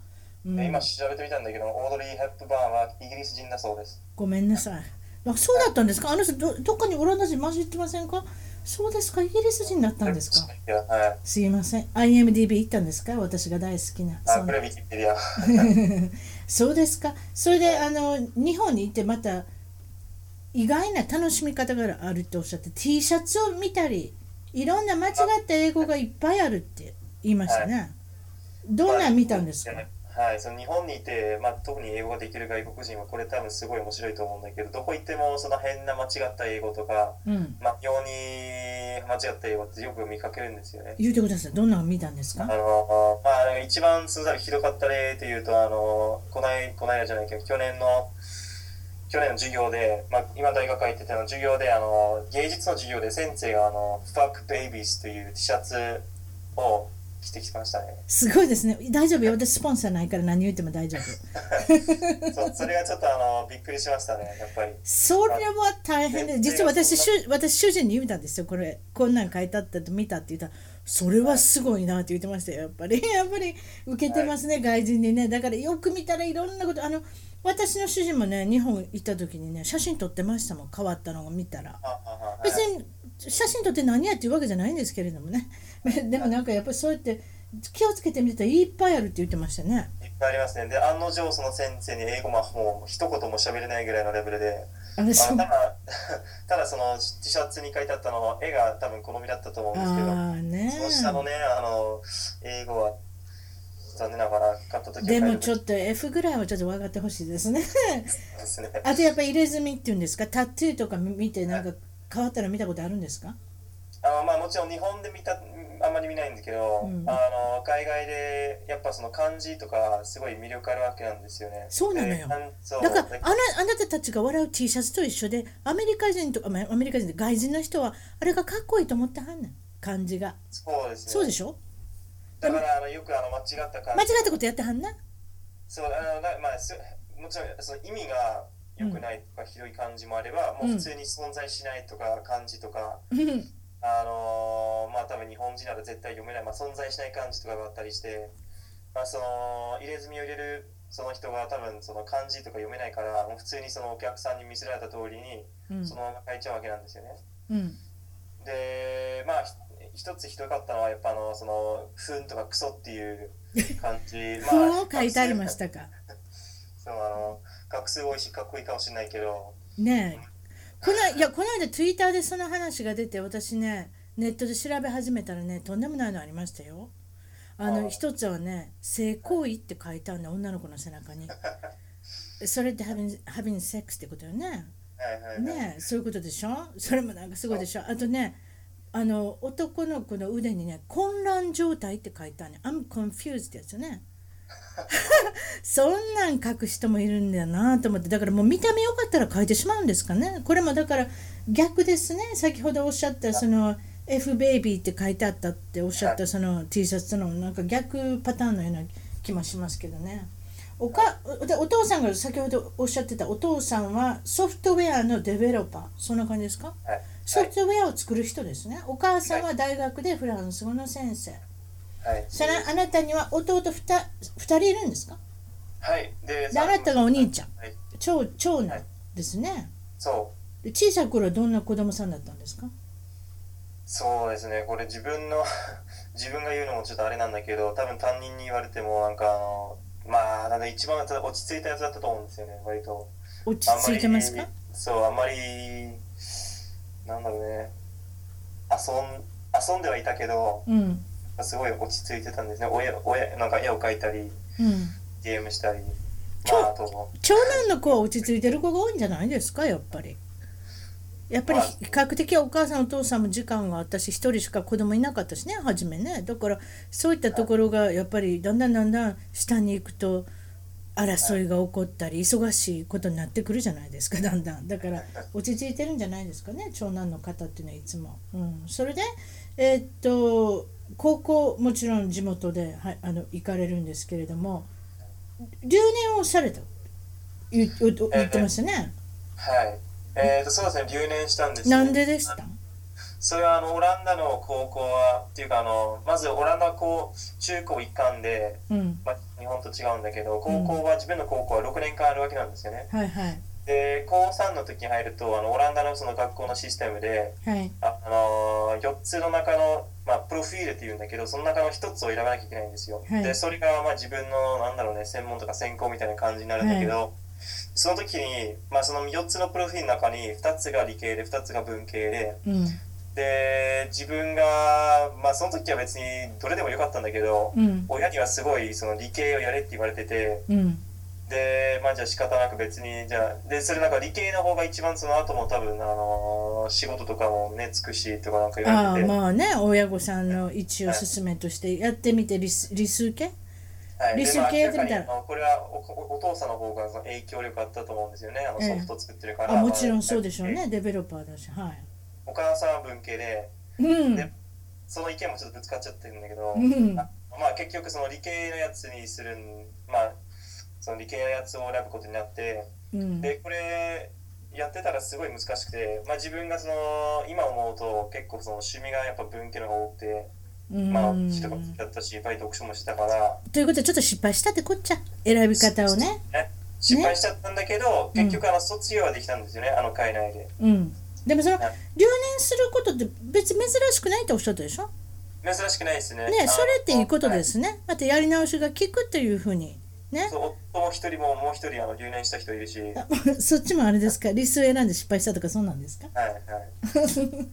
[SPEAKER 1] う
[SPEAKER 2] に
[SPEAKER 1] ん、
[SPEAKER 2] 今調べてみたんだけどオードリー・ヘップバーンはイギリス人だそうです
[SPEAKER 1] ごめんなさい。あそうだったんですか。あの人どどっかにオランダ人混じってませんか。そうですか。イギリス人だったんですか。
[SPEAKER 2] いやはい
[SPEAKER 1] すいません。IMDB 行ったんですか。私が大好きな。
[SPEAKER 2] あ
[SPEAKER 1] そん
[SPEAKER 2] こ
[SPEAKER 1] な
[SPEAKER 2] れウィキペディア
[SPEAKER 1] そうですか。それであの日本に行ってまた意外な楽しみ方があるっておっしゃって、T シャツを見たり、いろんな間違った英語がいっぱいあるって言いましたね。どんなん見たんですか。
[SPEAKER 2] はいその日本にいて、まあ、特に英語ができる外国人はこれ多分すごい面白いと思うんだけどどこ行ってもその変な間違った英語とか、
[SPEAKER 1] うん。
[SPEAKER 2] まあ、妙に間違った英語ってよく見かけるんですよね
[SPEAKER 1] 言ってください。どんなの見たんです
[SPEAKER 2] あ
[SPEAKER 1] か。
[SPEAKER 2] のまあ、一番すざるひどかった例というと、あのこないこないだじゃないけど、去年の、去年の授業で、まあ、今大学入ってての授業で、あの芸術の授業で先生が、あの、Fuck Babies という T シャツを着てきましたね。
[SPEAKER 1] すごいですね。大丈夫よ。私スポンサーないから何言っても大丈夫。
[SPEAKER 2] そうそれがちょっと、あのびっくりしましたね、やっぱり。
[SPEAKER 1] それは大変で
[SPEAKER 2] 全然
[SPEAKER 1] 実は私
[SPEAKER 2] そ
[SPEAKER 1] 主私主人に言ったんですよこれこんなん書いてあったと見たって言ったらそれはすごいなって言ってましたよやっぱり やっぱり受けてますね、外人にねだからよく見たらいろんなことあの私の主人もね日本行った時にね写真撮ってましたもん変わったのを見たら
[SPEAKER 2] あああ
[SPEAKER 1] 別に写真撮って何やっていうわけじゃないんですけれ どもねでもなんかやっぱりそうやって気をつけてみてたらいっぱいあるって言ってましたね
[SPEAKER 2] いっなりますね。で、案の定その先生に英語ももう一言も喋れないぐらいのレベルで、
[SPEAKER 1] あれそ
[SPEAKER 2] あ
[SPEAKER 1] う
[SPEAKER 2] のた
[SPEAKER 1] あ
[SPEAKER 2] だ、ただその T シャツに書いてあったのは絵が多分好みだったと思うんですけど、
[SPEAKER 1] ーね
[SPEAKER 2] その下のね、あの、英語は残念ながら買った時
[SPEAKER 1] でもちょ
[SPEAKER 2] っ
[SPEAKER 1] っと F ぐらいはちょっと分かってほしいですね
[SPEAKER 2] とですね。
[SPEAKER 1] あとやっぱ入れ墨っていうんですかタトゥーとか見てなんか変わったの見たことあるんですか
[SPEAKER 2] あのまあもちろん日本で見たあんまり見ないんですけど、
[SPEAKER 1] うん
[SPEAKER 2] あの海外でやっぱその漢字とかすごい魅力あるわけなんですよね。
[SPEAKER 1] そうなのよ
[SPEAKER 2] で漢そう
[SPEAKER 1] だからあなあなたたちが笑う T シャツと一緒でアメリカ人とかまあアメリカ人で外人の人はあれがかっこいいと思ってはんねん感じが
[SPEAKER 2] そうですね。
[SPEAKER 1] そうでしょ
[SPEAKER 2] だからあのよくあの間違った漢
[SPEAKER 1] 間違
[SPEAKER 2] 字
[SPEAKER 1] ったことやってはんな
[SPEAKER 2] そうあのなまあすもちろんその意味が良くないとかひどい漢字もあれば、
[SPEAKER 1] うん
[SPEAKER 2] もう普通に存在しないとか漢字とか、
[SPEAKER 1] うん
[SPEAKER 2] あのーまあ多分日本人なら絶対読めない、まあ、存在しない漢字とかがあったりして、まあ、その入れ墨を入れるその人が多分その漢字とか読めないからもう普通にそのお客さんに見せられた通りに
[SPEAKER 1] うん
[SPEAKER 2] そのまま書いちゃうわけなんですよね。
[SPEAKER 1] うん
[SPEAKER 2] でまあひ一つひどかったのはやっぱあのその「ふん」とか「クソ」っていう漢字
[SPEAKER 1] 「ふん」を書いてありましたたか
[SPEAKER 2] そうあの学生多いしかっこいいかもしれないけど
[SPEAKER 1] ねえこのいやこの間ツイッターでその話が出て私ねネットで調べ始めたらねとんでもないのありましたよあ
[SPEAKER 2] あ
[SPEAKER 1] の
[SPEAKER 2] あ
[SPEAKER 1] 一つはね「性行為」って書いてあるんだ女の子の背中にそれってハビンハビンセックスってことよね
[SPEAKER 2] はいはいはい、
[SPEAKER 1] ねえそういうことでしょそれもなんかすごいでしょあとねあの男の子の腕にね「混乱状態」って書いてあるね「I'm confused」ってやつよねそんなん書く人もいるんだよなと思ってだからもう見た目よかったら書いてしまうんですかねこれもだから逆ですね先ほどおっしゃったその「F ベイビー」って書いてあったっておっしゃったその T シャツのなんか逆パターンのような気もしますけどね。おかおでお父さんが先ほどおっしゃってたお父さんはソフトウェアのデベロッパーそんな感じですか
[SPEAKER 2] はい
[SPEAKER 1] ソフトウェアを作る人ですねお母さんは大学でフランス語の先生
[SPEAKER 2] はい
[SPEAKER 1] それあなたには弟 2, 人いるんですか
[SPEAKER 2] はいで
[SPEAKER 1] であなたがお兄ちゃん
[SPEAKER 2] はい
[SPEAKER 1] 長長男ですね
[SPEAKER 2] そう
[SPEAKER 1] で小さい頃はどんな子供さんだったんですか
[SPEAKER 2] そうですね、これ自分の 自分が言うのもちょっとあれなんだけど、多分担任に言われてもなんかあのまあなんか一番落ち着いたやつだったと思うんですよね、割と。
[SPEAKER 1] 落ち
[SPEAKER 2] あんま
[SPEAKER 1] 着
[SPEAKER 2] り
[SPEAKER 1] いてますか
[SPEAKER 2] そう、あんまりなんだろうね、遊ん遊んではいたけど、
[SPEAKER 1] うんうん
[SPEAKER 2] すごい落ち着いてたんですね。親親なんか絵を描いたり、ゲームしたり、まああと
[SPEAKER 1] 長男の子は落ち着いてる子が多いんじゃないですかやっぱりやっぱり
[SPEAKER 2] まあ
[SPEAKER 1] 比較的お母さんお父さんも時間があったし一人しか子供いなかったしね初めねだからそういったところがやっぱりだんだんだんだん下に行くと争いが起こったり忙しいことになってくるじゃないですかだんだんだ から落ち着いてるんじゃないですかね長男の方っていうのはいつも、うん、それでえーっと高校もちろん地元で、はい、あの行かれるんですけれども留年をされた言う言う言ってましたね、
[SPEAKER 2] はい。えー、とそうですね、留年したんです、ね。
[SPEAKER 1] なんででした
[SPEAKER 2] それはあのオランダの高校はっていうかあのまずオランダ高中高一貫で、
[SPEAKER 1] うん
[SPEAKER 2] まあ、日本と違うんだけど高校は自分の高校は6年間あるわけなんですよね。
[SPEAKER 1] はいはい
[SPEAKER 2] で高3の時に入るとあのオランダのその学校のシステムで
[SPEAKER 1] はい
[SPEAKER 2] あ、あのー、4つの中の、まあ、プロフィールっていうんだけどその中の1つを選ばなきゃいけないんですよ。
[SPEAKER 1] はい
[SPEAKER 2] でそれがまあ自分のなんだろうね専門とか専攻みたいな感じになるんだけど。その時に、まあ、その4つのプロフィールの中に2つが理系で2つが文系で、
[SPEAKER 1] うん
[SPEAKER 2] で自分がまあその時は別にどれでもよかったんだけど、
[SPEAKER 1] うん
[SPEAKER 2] 親にはすごいその理系をやれって言われてて
[SPEAKER 1] うん
[SPEAKER 2] でまあじゃあ仕方なく別にじゃあでそれなんか理系の方が一番その後も多分あの仕事とかもねつくしとかなんか言
[SPEAKER 1] あ
[SPEAKER 2] わ
[SPEAKER 1] あ
[SPEAKER 2] れてて、
[SPEAKER 1] まあね親御さんの一応勧めとしてやってみて理数理数系
[SPEAKER 2] はい、
[SPEAKER 1] 理
[SPEAKER 2] で
[SPEAKER 1] 数
[SPEAKER 2] まあ
[SPEAKER 1] 系やってみたら
[SPEAKER 2] 明らかにあのこれはおおお父さんの方がその影響力あったと思うんですよねあの
[SPEAKER 1] ええ
[SPEAKER 2] ソフト作ってるから、
[SPEAKER 1] あもちろんそうでしょう
[SPEAKER 2] まあ
[SPEAKER 1] ねデベロッパーだしはい
[SPEAKER 2] お母さんは文系で
[SPEAKER 1] うん
[SPEAKER 2] でその意見もちょっとぶつかっちゃってるんだけど、
[SPEAKER 1] うん
[SPEAKER 2] あまあ結局その理系のやつにするんまあその理系のやつを選ぶことになって
[SPEAKER 1] うん
[SPEAKER 2] でこれやってたらすごい難しくて、まあ、自分がその今思うと結構その趣味がやっぱ文系の方が多くて、
[SPEAKER 1] うん
[SPEAKER 2] まあ詩とかも好きだったしいっぱい読書もしてたから
[SPEAKER 1] ということはちょっと失敗したってこっちゃ選び方をね
[SPEAKER 2] 失敗しちゃったんだけど、結局あの卒業はできたんですよねあの会内で
[SPEAKER 1] うんでもその留
[SPEAKER 2] はい
[SPEAKER 1] 年することって別に珍しくないっておっしゃったでしょ
[SPEAKER 2] 珍しくないですね
[SPEAKER 1] ね
[SPEAKER 2] あ
[SPEAKER 1] それっていいこと
[SPEAKER 2] は
[SPEAKER 1] ですねまたやり直しが効くというふうに ね
[SPEAKER 2] そう夫も一人ももう一人あの留年した人いるし、はい
[SPEAKER 1] あそっちもあれですかリストを選んで失敗したとかそうなんですか
[SPEAKER 2] はい。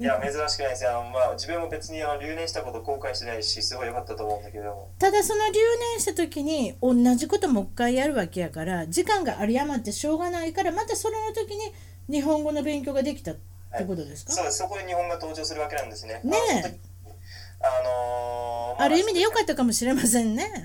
[SPEAKER 2] いや珍しくないですよ。あのまあ自分も別にあの留年したこと後悔してないし、すごい良かったと思うんだけど、
[SPEAKER 1] ただその留年した時に同じこともう一回やるわけやから時間が有り余ってしょうがないからまたその時に日本語の勉強ができたってことですか、
[SPEAKER 2] そうですそこで日本が登場するわけなんですね。
[SPEAKER 1] ねえ
[SPEAKER 2] あのその時あのーま
[SPEAKER 1] ある意味で良かったかもしれませんね。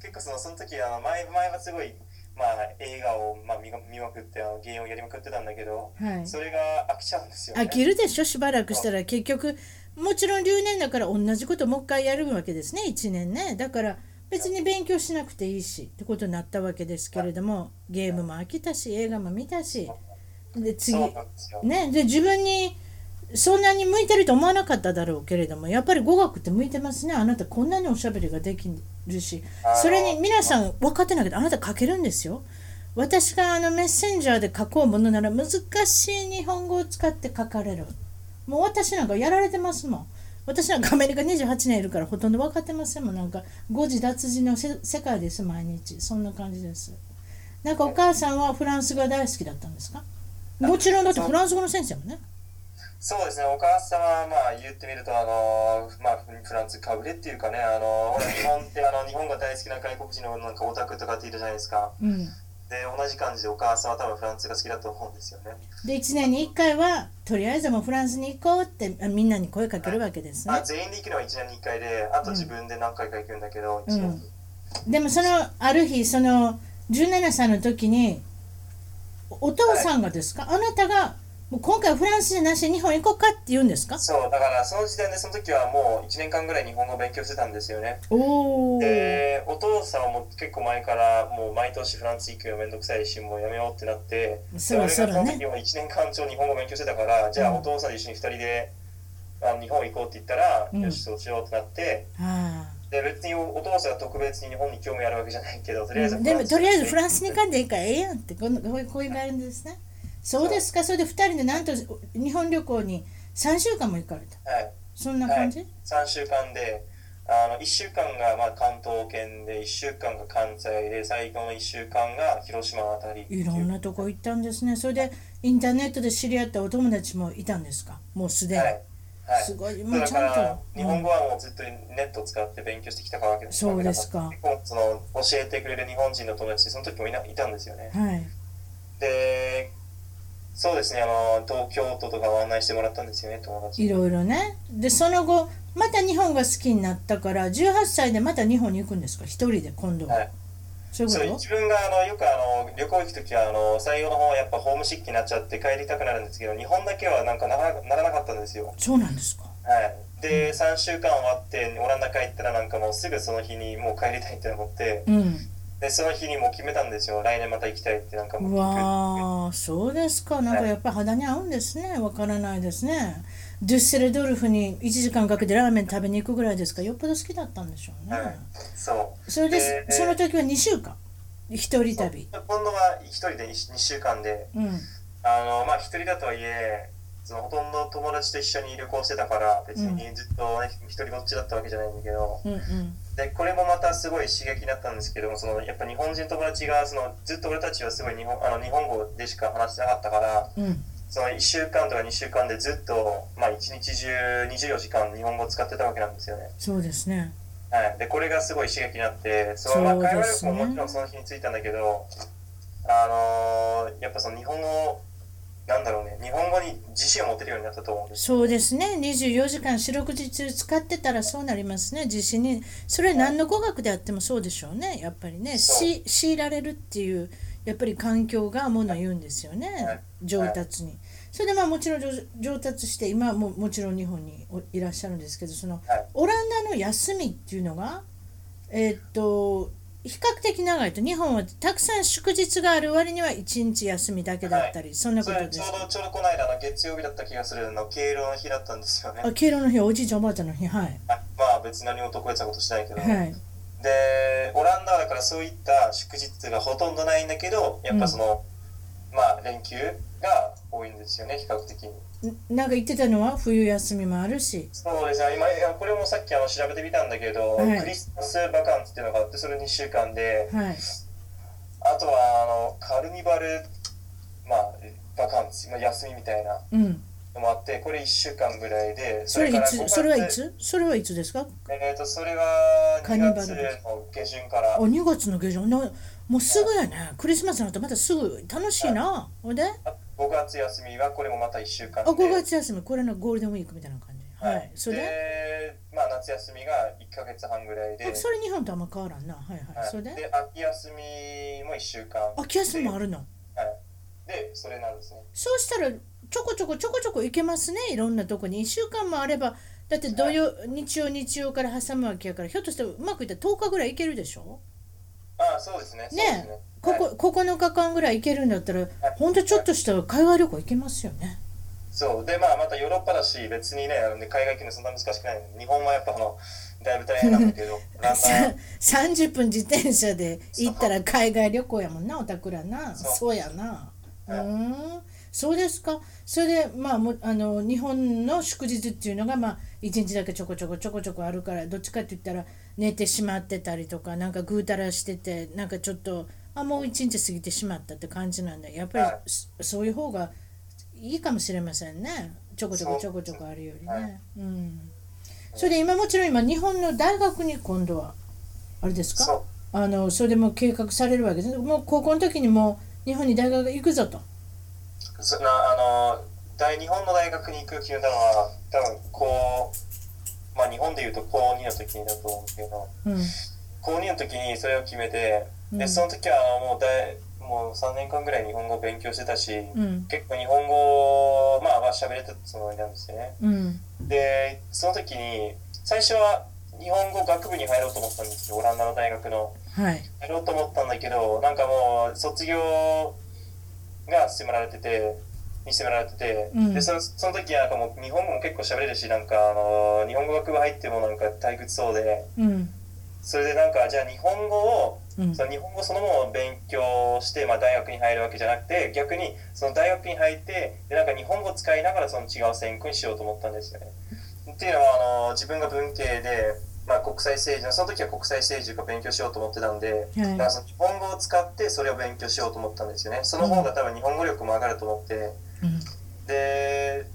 [SPEAKER 2] 結構そのその時あの前前はすごい、まあ、映画を、まあ、見が見まくってあのゲームをやりまくってたんだけど、
[SPEAKER 1] はい
[SPEAKER 2] それが飽きちゃうんですよね
[SPEAKER 1] 飽きるでしょしばらくしたら結局もちろん留年だから同じこともう一回やるわけですね1年ねだから別に勉強しなくていいしってことになったわけですけれどもゲームも飽きたし映画も見たしで次
[SPEAKER 2] そうなんですよ、
[SPEAKER 1] ねで自分にそんなに向いてると思わなかっただろうけれどもやっぱり語学って向いてますねあなたこんなにおしゃべりができるしそれに皆さん分かってないけどあなた書けるんですよ私があのメッセンジャーで書こうものなら難しい日本語を使って書かれるもう私なんかやられてますもん私なんかアメリカ28年いるからほとんど分かってませんもんなんか誤字脱字のせ世界です毎日そんな感じですなんかお母さんはフランスが大好きだったんですかもちろんだってフランス語の先生もね
[SPEAKER 2] そうですねお母様はまあ言ってみるとあのーまあフランスかぶれっていうかねあのーほら日本ってあの日本が大好きな外国人のなんかオタクとかっているじゃないですか
[SPEAKER 1] うん
[SPEAKER 2] で同じ感じでお母さんは多分フランスが好きだと思うんですよね
[SPEAKER 1] で1年に1回はとりあえずもうフランスに行こうってあみんなに声かけるわけです
[SPEAKER 2] あ
[SPEAKER 1] ね
[SPEAKER 2] 全員で行くのは1年に1回であと自分で何回か行くんだけど、一年に
[SPEAKER 1] でもそのある日その17歳の時におお父さんがですか、あなたがもう今回はフランスじゃなし日本行こうかって言うんですか
[SPEAKER 2] そうだからその時点でその時はもう1年間ぐらい日本語を勉強してたんですよね
[SPEAKER 1] おお、
[SPEAKER 2] でお父さんはもう結構前からもう毎年フランス行くのめんどくさいしもうやめようってなって
[SPEAKER 1] そろそろね
[SPEAKER 2] で俺がその時も1年間超日本語勉強してたからじゃあ
[SPEAKER 1] うん
[SPEAKER 2] お父さんと一緒に2人であの日本行こうって言ったら、
[SPEAKER 1] うん
[SPEAKER 2] よしそうしようってなって
[SPEAKER 1] あ
[SPEAKER 2] で別におお父さんが特別に日本に興味あるわけじゃないけどとりあえず
[SPEAKER 1] あでもとりあえずフランスに行かんでいいからええやんってこんなこういうこういう感じですねそうですかそれで2人でなんと日本旅行に3週間も行かれた
[SPEAKER 2] はい
[SPEAKER 1] そんな感じ、
[SPEAKER 2] 3週間であの1週間がまあ関東圏で1週間が関西で最後の1週間が広島あたりっていう
[SPEAKER 1] いろんなとこ行ったんですねそれでインターネットで知り合ったお友達もいたんですかもうすでに、
[SPEAKER 2] はい、はい、
[SPEAKER 1] すごいも
[SPEAKER 2] そう
[SPEAKER 1] う
[SPEAKER 2] だ
[SPEAKER 1] ち
[SPEAKER 2] か
[SPEAKER 1] ゃ
[SPEAKER 2] ら
[SPEAKER 1] んと
[SPEAKER 2] 日本語はもうずっとネットを使って勉強してきたわけです
[SPEAKER 1] そうですか
[SPEAKER 2] 結構その教えてくれる日本人の友達その時もいないたんですよね
[SPEAKER 1] はい
[SPEAKER 2] でそうですねあの東京都とかを案内してもらったんですよね友達
[SPEAKER 1] いろいろねでその後また日本が好きになったから18歳でまた日本に行くんですか一人で今度は、
[SPEAKER 2] はい
[SPEAKER 1] そう
[SPEAKER 2] そう
[SPEAKER 1] いうこと
[SPEAKER 2] 自分があのよくあの旅行行く時はあの最後の方はやっぱホームシックになっちゃって帰りたくなるんですけど日本だけはなんかならならなかったんですよ
[SPEAKER 1] そうなんですか
[SPEAKER 2] はいで3週間終わってオランダ帰ったらなんかもうすぐその日にもう帰りたいって思って
[SPEAKER 1] うん
[SPEAKER 2] でその日にもう決めたんですよ来年また行きたいってなんかも
[SPEAKER 1] う
[SPEAKER 2] う
[SPEAKER 1] わあそうですかなんかやっぱ肌に合うんですねわからないですねデュッセルドルフに1時間かけてラーメン食べに行くぐらいですからよっぽど好きだったんでしょうね、
[SPEAKER 2] はいそ
[SPEAKER 1] それで、
[SPEAKER 2] えー
[SPEAKER 1] その時は2週間一人
[SPEAKER 2] うそう
[SPEAKER 1] 旅
[SPEAKER 2] 今度は一人で 2, 週間で
[SPEAKER 1] うん
[SPEAKER 2] あのまあ一人だとはいえそのほとんど友達と一緒に旅行してたから別にずっとね一、人ぼっちだったわけじゃないんだけど
[SPEAKER 1] うんうん
[SPEAKER 2] でこれもまたすごい刺激になったんですけどもそのやっぱ日本人友達がそのずっと俺たちはすごい日本あの日本語でしか話してなかったから
[SPEAKER 1] うん
[SPEAKER 2] その1週間とか2週間でずっと、まあ、1日中24時間日本語を使ってたわけなんですよね。
[SPEAKER 1] そうですね
[SPEAKER 2] はい、でこれがすごい刺激になってそのまあ
[SPEAKER 1] そう
[SPEAKER 2] 会
[SPEAKER 1] で
[SPEAKER 2] 話
[SPEAKER 1] す
[SPEAKER 2] 力
[SPEAKER 1] ね
[SPEAKER 2] ももちろんその日についたんだけど、あのーやっぱその日本語なんだろうね日本語に自信を持てるようになったと思うんです
[SPEAKER 1] そうですね24時間四六時中使ってたらそうなりますね自信にそれは何の語学であってもそうでしょうねやっぱりね
[SPEAKER 2] そう
[SPEAKER 1] し強いられるっていうやっぱり環境がものを言うんですよ
[SPEAKER 2] は
[SPEAKER 1] ね
[SPEAKER 2] い
[SPEAKER 1] 上達にそれでまあもちろん上上達して今はもうもちろん日本においらっしゃるんですけどその
[SPEAKER 2] はい
[SPEAKER 1] オランダの休みっていうのがえーっと比較的長いと日本はたくさん祝日がある割には1日休みだけだったり、そんなこ
[SPEAKER 2] そ
[SPEAKER 1] と
[SPEAKER 2] れ
[SPEAKER 1] で
[SPEAKER 2] ち
[SPEAKER 1] す
[SPEAKER 2] ょうどちょうどこの間の月曜日だった気がするの敬老の日だったんですよね
[SPEAKER 1] あ敬老の日おじいちゃんおばあちゃんの日はい
[SPEAKER 2] あまあ別に何も特別なことしないけど、
[SPEAKER 1] はい
[SPEAKER 2] でオランダはだからそういった祝日がほとんどないんだけどやっぱその、まあ連休が多いんですよね、比較的に。
[SPEAKER 1] んなんか言ってたのは冬休みもあるし
[SPEAKER 2] そうですね、今、いやこれもさっきあの調べてみたんだけど、
[SPEAKER 1] はい
[SPEAKER 2] クリスマスバカンスっていうのがあって、それ2週間で、
[SPEAKER 1] はい
[SPEAKER 2] あとはあのカルニバル、まあ、バカンス、まあ、休みみたいな
[SPEAKER 1] うん
[SPEAKER 2] のもあって、これ1週間ぐらいで、
[SPEAKER 1] それい
[SPEAKER 2] から
[SPEAKER 1] つそれはいつそれはいつですか
[SPEAKER 2] えー、とそれは
[SPEAKER 1] カ
[SPEAKER 2] 2
[SPEAKER 1] ニバル
[SPEAKER 2] 月の下旬から
[SPEAKER 1] あ、2月の下旬なもうすぐやねクリスマスの後またすぐ楽しいなほんであ
[SPEAKER 2] 5月休みはこれもまた1週間で。
[SPEAKER 1] 5月休みこれのゴールデンウィークみたいな感じはい、それで
[SPEAKER 2] で、まあ、夏休みが1か月半ぐらいで、
[SPEAKER 1] それ日本とあんま変わらんなはいはい、
[SPEAKER 2] はい
[SPEAKER 1] それで
[SPEAKER 2] で秋休みも1週間
[SPEAKER 1] 秋休みもあるの
[SPEAKER 2] で、それなんですね。
[SPEAKER 1] そうしたらちょこちょこちょこちょこ行けますねいろんなとこに1週間もあればだって土曜日曜日曜から挟むわけやからひょっとしたらうまくいったら10日ぐらい行けるでしょ
[SPEAKER 2] ああ、そうですね。そうですね
[SPEAKER 1] こ
[SPEAKER 2] はい
[SPEAKER 1] こ9日間ぐらい行けるんだったらほんとちょっとした海外旅行行けますよね
[SPEAKER 2] そうでまあまたヨーロッパだし別にねあのね海外行くのそんな難しくない日本はやっぱあのだいぶ大変なんだ けどだんだん
[SPEAKER 1] さ30分自転車で行ったら海外旅行やもんなおたくらな
[SPEAKER 2] そう
[SPEAKER 1] そうやなう
[SPEAKER 2] はい
[SPEAKER 1] ーんそうですかそれでまあもあの日本の祝日っていうのがまあ一日だけちょこちょこちょこちょこあるからどっちかって言ったら寝てしまってたりとかなんかぐうたらしててなんかちょっとあもう一日過ぎてしまったって感じなんだやっぱり
[SPEAKER 2] はい
[SPEAKER 1] そそういう方がいいかもしれませんねちょこちょこちょこちょこあるよりね、
[SPEAKER 2] はい
[SPEAKER 1] うんそれで今もちろん今日本の大学に今度はあれです
[SPEAKER 2] そ
[SPEAKER 1] か
[SPEAKER 2] う
[SPEAKER 1] あのそれでもう計画されるわけですねもう高校の時にもう日本に大学行くぞと
[SPEAKER 2] そなあの大日本の大学に行くっていうのは多分こうまあ日本でいうと高2の時にだと思うけど
[SPEAKER 1] うん
[SPEAKER 2] 高2の時にそれを決めて
[SPEAKER 1] う
[SPEAKER 2] で
[SPEAKER 1] ん
[SPEAKER 2] その時はあのもう大もう3年間ぐらい日本語を勉強してたし、
[SPEAKER 1] うん
[SPEAKER 2] 結構日本語をまあまあ喋れたつもりなんですよね
[SPEAKER 1] うん
[SPEAKER 2] でその時に最初は日本語学部に入ろうと思ったんですよオランダの大学の
[SPEAKER 1] はい
[SPEAKER 2] 入ろうと思ったんだけどなんかもう卒業が迫られててに迫られてて、
[SPEAKER 1] うん
[SPEAKER 2] でそのその時はなんかもう日本語も結構喋れるしなんかあの日本語学部入ってもなんか退屈そうで
[SPEAKER 1] うん
[SPEAKER 2] それでなんかじゃあ日本語を
[SPEAKER 1] うん
[SPEAKER 2] その日本語そのものを勉強して、まあ、大学に入るわけじゃなくて逆にその大学に入ってでなんか日本語を使いながらその違う専攻にしようと思ったんですよね。っていうのはあの自分が文系で、まあ、国際政治のその時は国際政治が勉強しようと思ってたんで、だか
[SPEAKER 1] は
[SPEAKER 2] らその日本語を使ってそれを勉強しようと思ったんですよね。その方が多分日本語力も上がると思って
[SPEAKER 1] いうん
[SPEAKER 2] で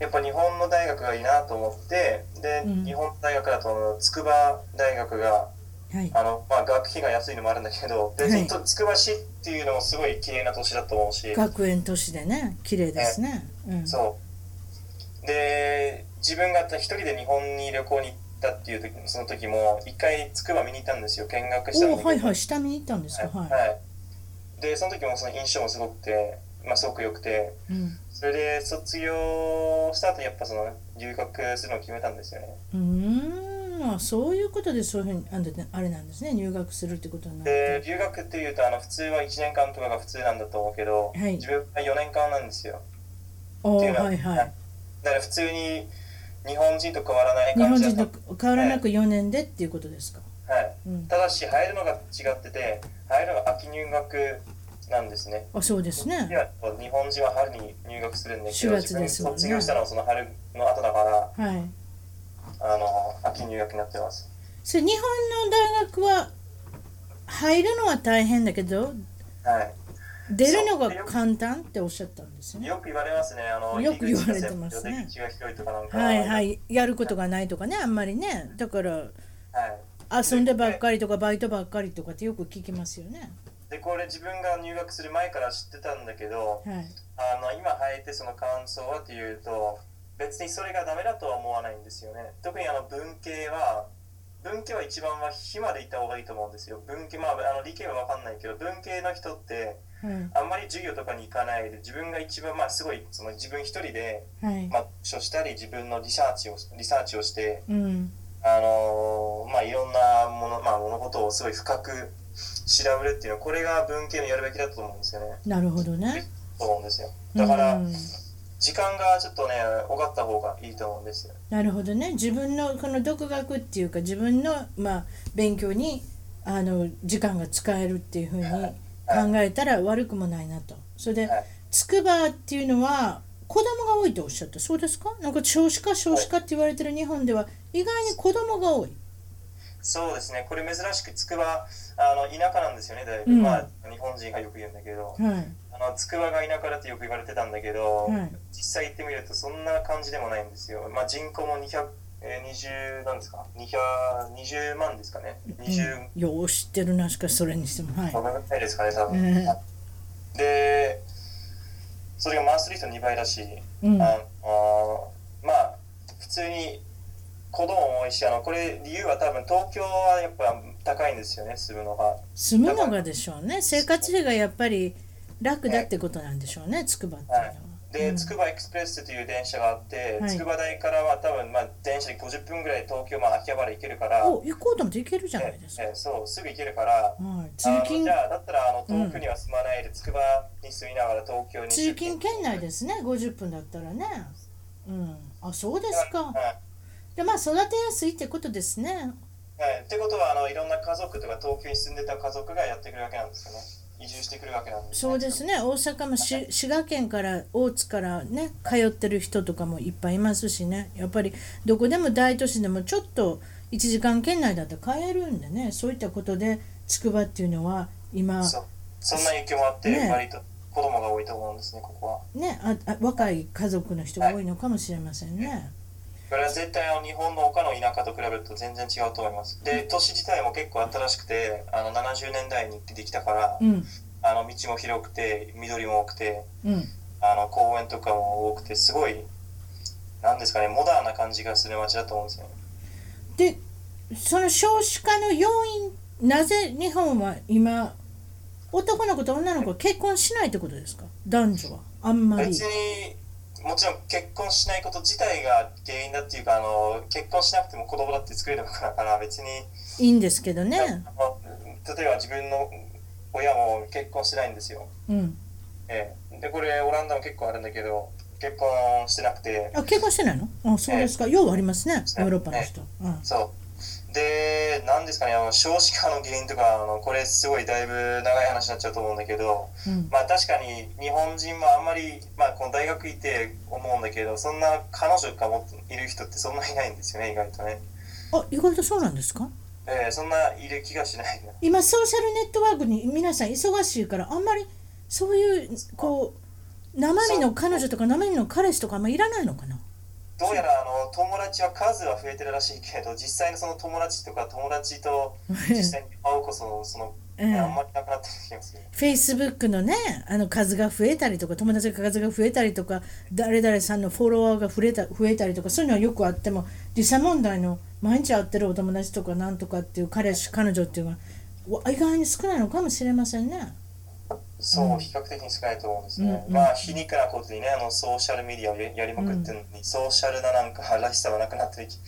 [SPEAKER 2] やっぱ日本の大学がいいなと思ってで、
[SPEAKER 1] うん
[SPEAKER 2] 日本の大学だとあの筑波大学が
[SPEAKER 1] はい
[SPEAKER 2] あのまあ、学費が安いのもあるんだけど、で
[SPEAKER 1] は
[SPEAKER 2] ず
[SPEAKER 1] い
[SPEAKER 2] っとつくば市っていうのもすごい綺麗な都市だと思うし、
[SPEAKER 1] 学園都市でね綺麗ですねうん
[SPEAKER 2] そうで自分が一人で日本に旅行に行ったっていう時その時も一回つくば見に行ったんですよ見学したんだ
[SPEAKER 1] お
[SPEAKER 2] けど
[SPEAKER 1] はいはい下見に行ったんですか
[SPEAKER 2] はい
[SPEAKER 1] は
[SPEAKER 2] はいでその時もその印象もすごくて、まあ、すごく良くて
[SPEAKER 1] いうん
[SPEAKER 2] それで卒業した後やっぱその留学するのを決めたんですよね
[SPEAKER 1] うーんまあそういうことでそういうふうにあんだねあれなんですね入学するってことになっ
[SPEAKER 2] で
[SPEAKER 1] て
[SPEAKER 2] 留学っていうとあの普通は1年間とかが普通なんだと思うけど、
[SPEAKER 1] はい
[SPEAKER 2] 自分は4年間なんですよ
[SPEAKER 1] お
[SPEAKER 2] っていう
[SPEAKER 1] ー
[SPEAKER 2] のは
[SPEAKER 1] はいはい
[SPEAKER 2] だから普通に日本人と変わらない
[SPEAKER 1] 日
[SPEAKER 2] 感
[SPEAKER 1] 本
[SPEAKER 2] じだっ
[SPEAKER 1] 人
[SPEAKER 2] た
[SPEAKER 1] と変わらなく4年でっていうことですか
[SPEAKER 2] はい、
[SPEAKER 1] うん
[SPEAKER 2] ただし入るのが違ってて入るのが秋入学なんですね
[SPEAKER 1] あそうですね
[SPEAKER 2] いや日本人は春に入学するんだけ
[SPEAKER 1] 4
[SPEAKER 2] ど
[SPEAKER 1] 月ですもんね
[SPEAKER 2] 自分が卒業したのはその春の後だから
[SPEAKER 1] はい。
[SPEAKER 2] あの秋入学になってます
[SPEAKER 1] それ日本の大学は入るのは大変だけど
[SPEAKER 2] はい
[SPEAKER 1] 出るのが簡単っておっしゃったんですね。
[SPEAKER 2] よく言われますねあの
[SPEAKER 1] よく言われてますね
[SPEAKER 2] 入り口が狭い出口が広いとかなんか
[SPEAKER 1] はいは
[SPEAKER 2] はい、
[SPEAKER 1] いやることがないとかねあんまりねだから
[SPEAKER 2] はい
[SPEAKER 1] 遊んでばっかりとかバイトばっかりとかってよく聞きますよね。
[SPEAKER 2] でこれ自分が入学する前から知ってたんだけど、
[SPEAKER 1] はい。
[SPEAKER 2] あの今生えてその感想はっていうと別にそれがダメだとは思わないんですよね特にあの文系は文系は一番は火までいった方がいいと思うんですよ文系まああの理系は分かんないけど文系の人って
[SPEAKER 1] はい
[SPEAKER 2] あんまり授業とかに行かないで自分が一番まあすごいその自分一人で
[SPEAKER 1] はい。
[SPEAKER 2] まあ書したり自分のリサーチをリサーチをして
[SPEAKER 1] うん
[SPEAKER 2] あのーまあいろんなものまあ物事をすごい深く調べるっていうのはこれが文系のやるべきだと思うんですよね
[SPEAKER 1] なるほどね。
[SPEAKER 2] と思うんですよだから、
[SPEAKER 1] うん
[SPEAKER 2] 時間がちょっとね多かった方がいいと思うんですよ
[SPEAKER 1] なるほどね自分のこの独学っていうか自分の、まあ、勉強にあの時間が使えるっていうふうに
[SPEAKER 2] はい
[SPEAKER 1] 考えたら悪くもないなとそれで
[SPEAKER 2] はい
[SPEAKER 1] つくばっていうのは子供が多いとおっしゃったそうですかなんか少子化少子化って言われてる日本では意外に子供が多い
[SPEAKER 2] そうですねこれ珍しくつくばあの田舎なんですよねだいぶ、
[SPEAKER 1] うん
[SPEAKER 2] まあ日本人がよく言うんだけど
[SPEAKER 1] はい
[SPEAKER 2] あのつくばが田舎だってよく言われてたんだけど、
[SPEAKER 1] はい
[SPEAKER 2] 実際行ってみるとそんな感じでもないんですよ、まあ、人口も200えー20なんですか220万ですかね20、
[SPEAKER 1] うん、よう知ってるなしかそれにしてもはい
[SPEAKER 2] ごめんなさいですかね多分、
[SPEAKER 1] え
[SPEAKER 2] でそれがマンスリート2倍だし、
[SPEAKER 1] うん
[SPEAKER 2] あのまあ普通に子供も多いしあのこれ理由は多分東京はやっぱ高いんですよね住むのが
[SPEAKER 1] 住むのがでしょうね生活費がやっぱり楽だってことなんでしょうねつくばっていうのは
[SPEAKER 2] はいで、つくばエクスプレスという電車があって、
[SPEAKER 1] はい
[SPEAKER 2] つくば台からは多分、まあ、電車で50分ぐらい東京、まあ、秋葉原行けるから、
[SPEAKER 1] お行こうと思って行けるじゃない
[SPEAKER 2] え
[SPEAKER 1] ですか、
[SPEAKER 2] えそう、すぐ行けるから、
[SPEAKER 1] はい、通
[SPEAKER 2] あの
[SPEAKER 1] 勤
[SPEAKER 2] じゃあ、だったらあの東京には住まないで、つくばに住みながら東京に
[SPEAKER 1] 通勤圏内
[SPEAKER 2] で
[SPEAKER 1] ですね50分だったらねうんあそうですすかでまあ育てやすいってことですね
[SPEAKER 2] はい、ってことはあのいろんな家族とか東京に住んでた家族がやってくるわけなんですよね移住してくるわけなんです、ね、
[SPEAKER 1] そうですね大阪もし滋賀県から大津からね通ってる人とかもいっぱいいますしねやっぱりどこでも大都市でもちょっと1時間圏内だと買えるんでねそういったことでつくばっていうのは今
[SPEAKER 2] そうそんな影響もあって、
[SPEAKER 1] ねえ
[SPEAKER 2] 割と子供が多いと思うんですねここは
[SPEAKER 1] ねああ若い家族の人が多いのかもしれませんね。
[SPEAKER 2] これは絶対あの日本の他の田舎と比べると全然違うと思いますで都市自体も結構新しくてあの70年代にできたから、
[SPEAKER 1] うん
[SPEAKER 2] あの道も広くて緑も多くて
[SPEAKER 1] うん
[SPEAKER 2] あの公園とかも多くてすごいなんですかねモダンな感じがする街だと思うんですよね
[SPEAKER 1] でその少子化の要因なぜ日本は今男の子と女の子は結婚しないってことですか男女はあんまり
[SPEAKER 2] 別にもちろん結婚しないこと自体が原因だっていうかあの結婚しなくても子供だって作れるわけだから別に、
[SPEAKER 1] いいんですけどね。
[SPEAKER 2] あの例えば自分の親も結婚してないんですよ
[SPEAKER 1] うん、
[SPEAKER 2] ええ、でこれオランダも結構あるんだけど結婚してなくて
[SPEAKER 1] あ結婚してないのあそうですか、ようありますね
[SPEAKER 2] そう
[SPEAKER 1] ヨーロッパの人。うん
[SPEAKER 2] そうで何ですかねあの少子化の原因とかあのこれすごいだいぶ長い話になっちゃうと思うんだけど
[SPEAKER 1] うん
[SPEAKER 2] まあ確かに日本人もあんまり、まあ、この大学行って思うんだけどそんな彼女が持っている人ってそんないないんですよね意外とね、
[SPEAKER 1] あ意外とそうなんですか
[SPEAKER 2] ええ、そんないる気がしないな
[SPEAKER 1] 今ソーシャルネットワークに皆さん忙しいからあんまりそういうこう生身の彼女とか生身の彼氏とかあんまいらないのかな
[SPEAKER 2] どうやらあの友達は数は増えてるらしいけど実際のその友達とか友達と実際に会うこそその、
[SPEAKER 1] ええ
[SPEAKER 2] あんまりなくなってる気がする
[SPEAKER 1] フェイスブックのねあの数が増えたりとか友達の数が増えたりとか誰々さんのフォロワーが増えた増えたりとかそういうのはよくあっても時差問題の毎日会ってるお友達とかなんとかっていう彼氏彼女っていうのはわ意外に少ないのかもしれませんね。
[SPEAKER 2] そう、比較的に少ないと思うんです
[SPEAKER 1] うん
[SPEAKER 2] ね
[SPEAKER 1] う。ん
[SPEAKER 2] まあ、皮肉なことにね、あの、ソーシャルメディアをややりまくってるのに、ソーシャルななんからしさはなくなってる気。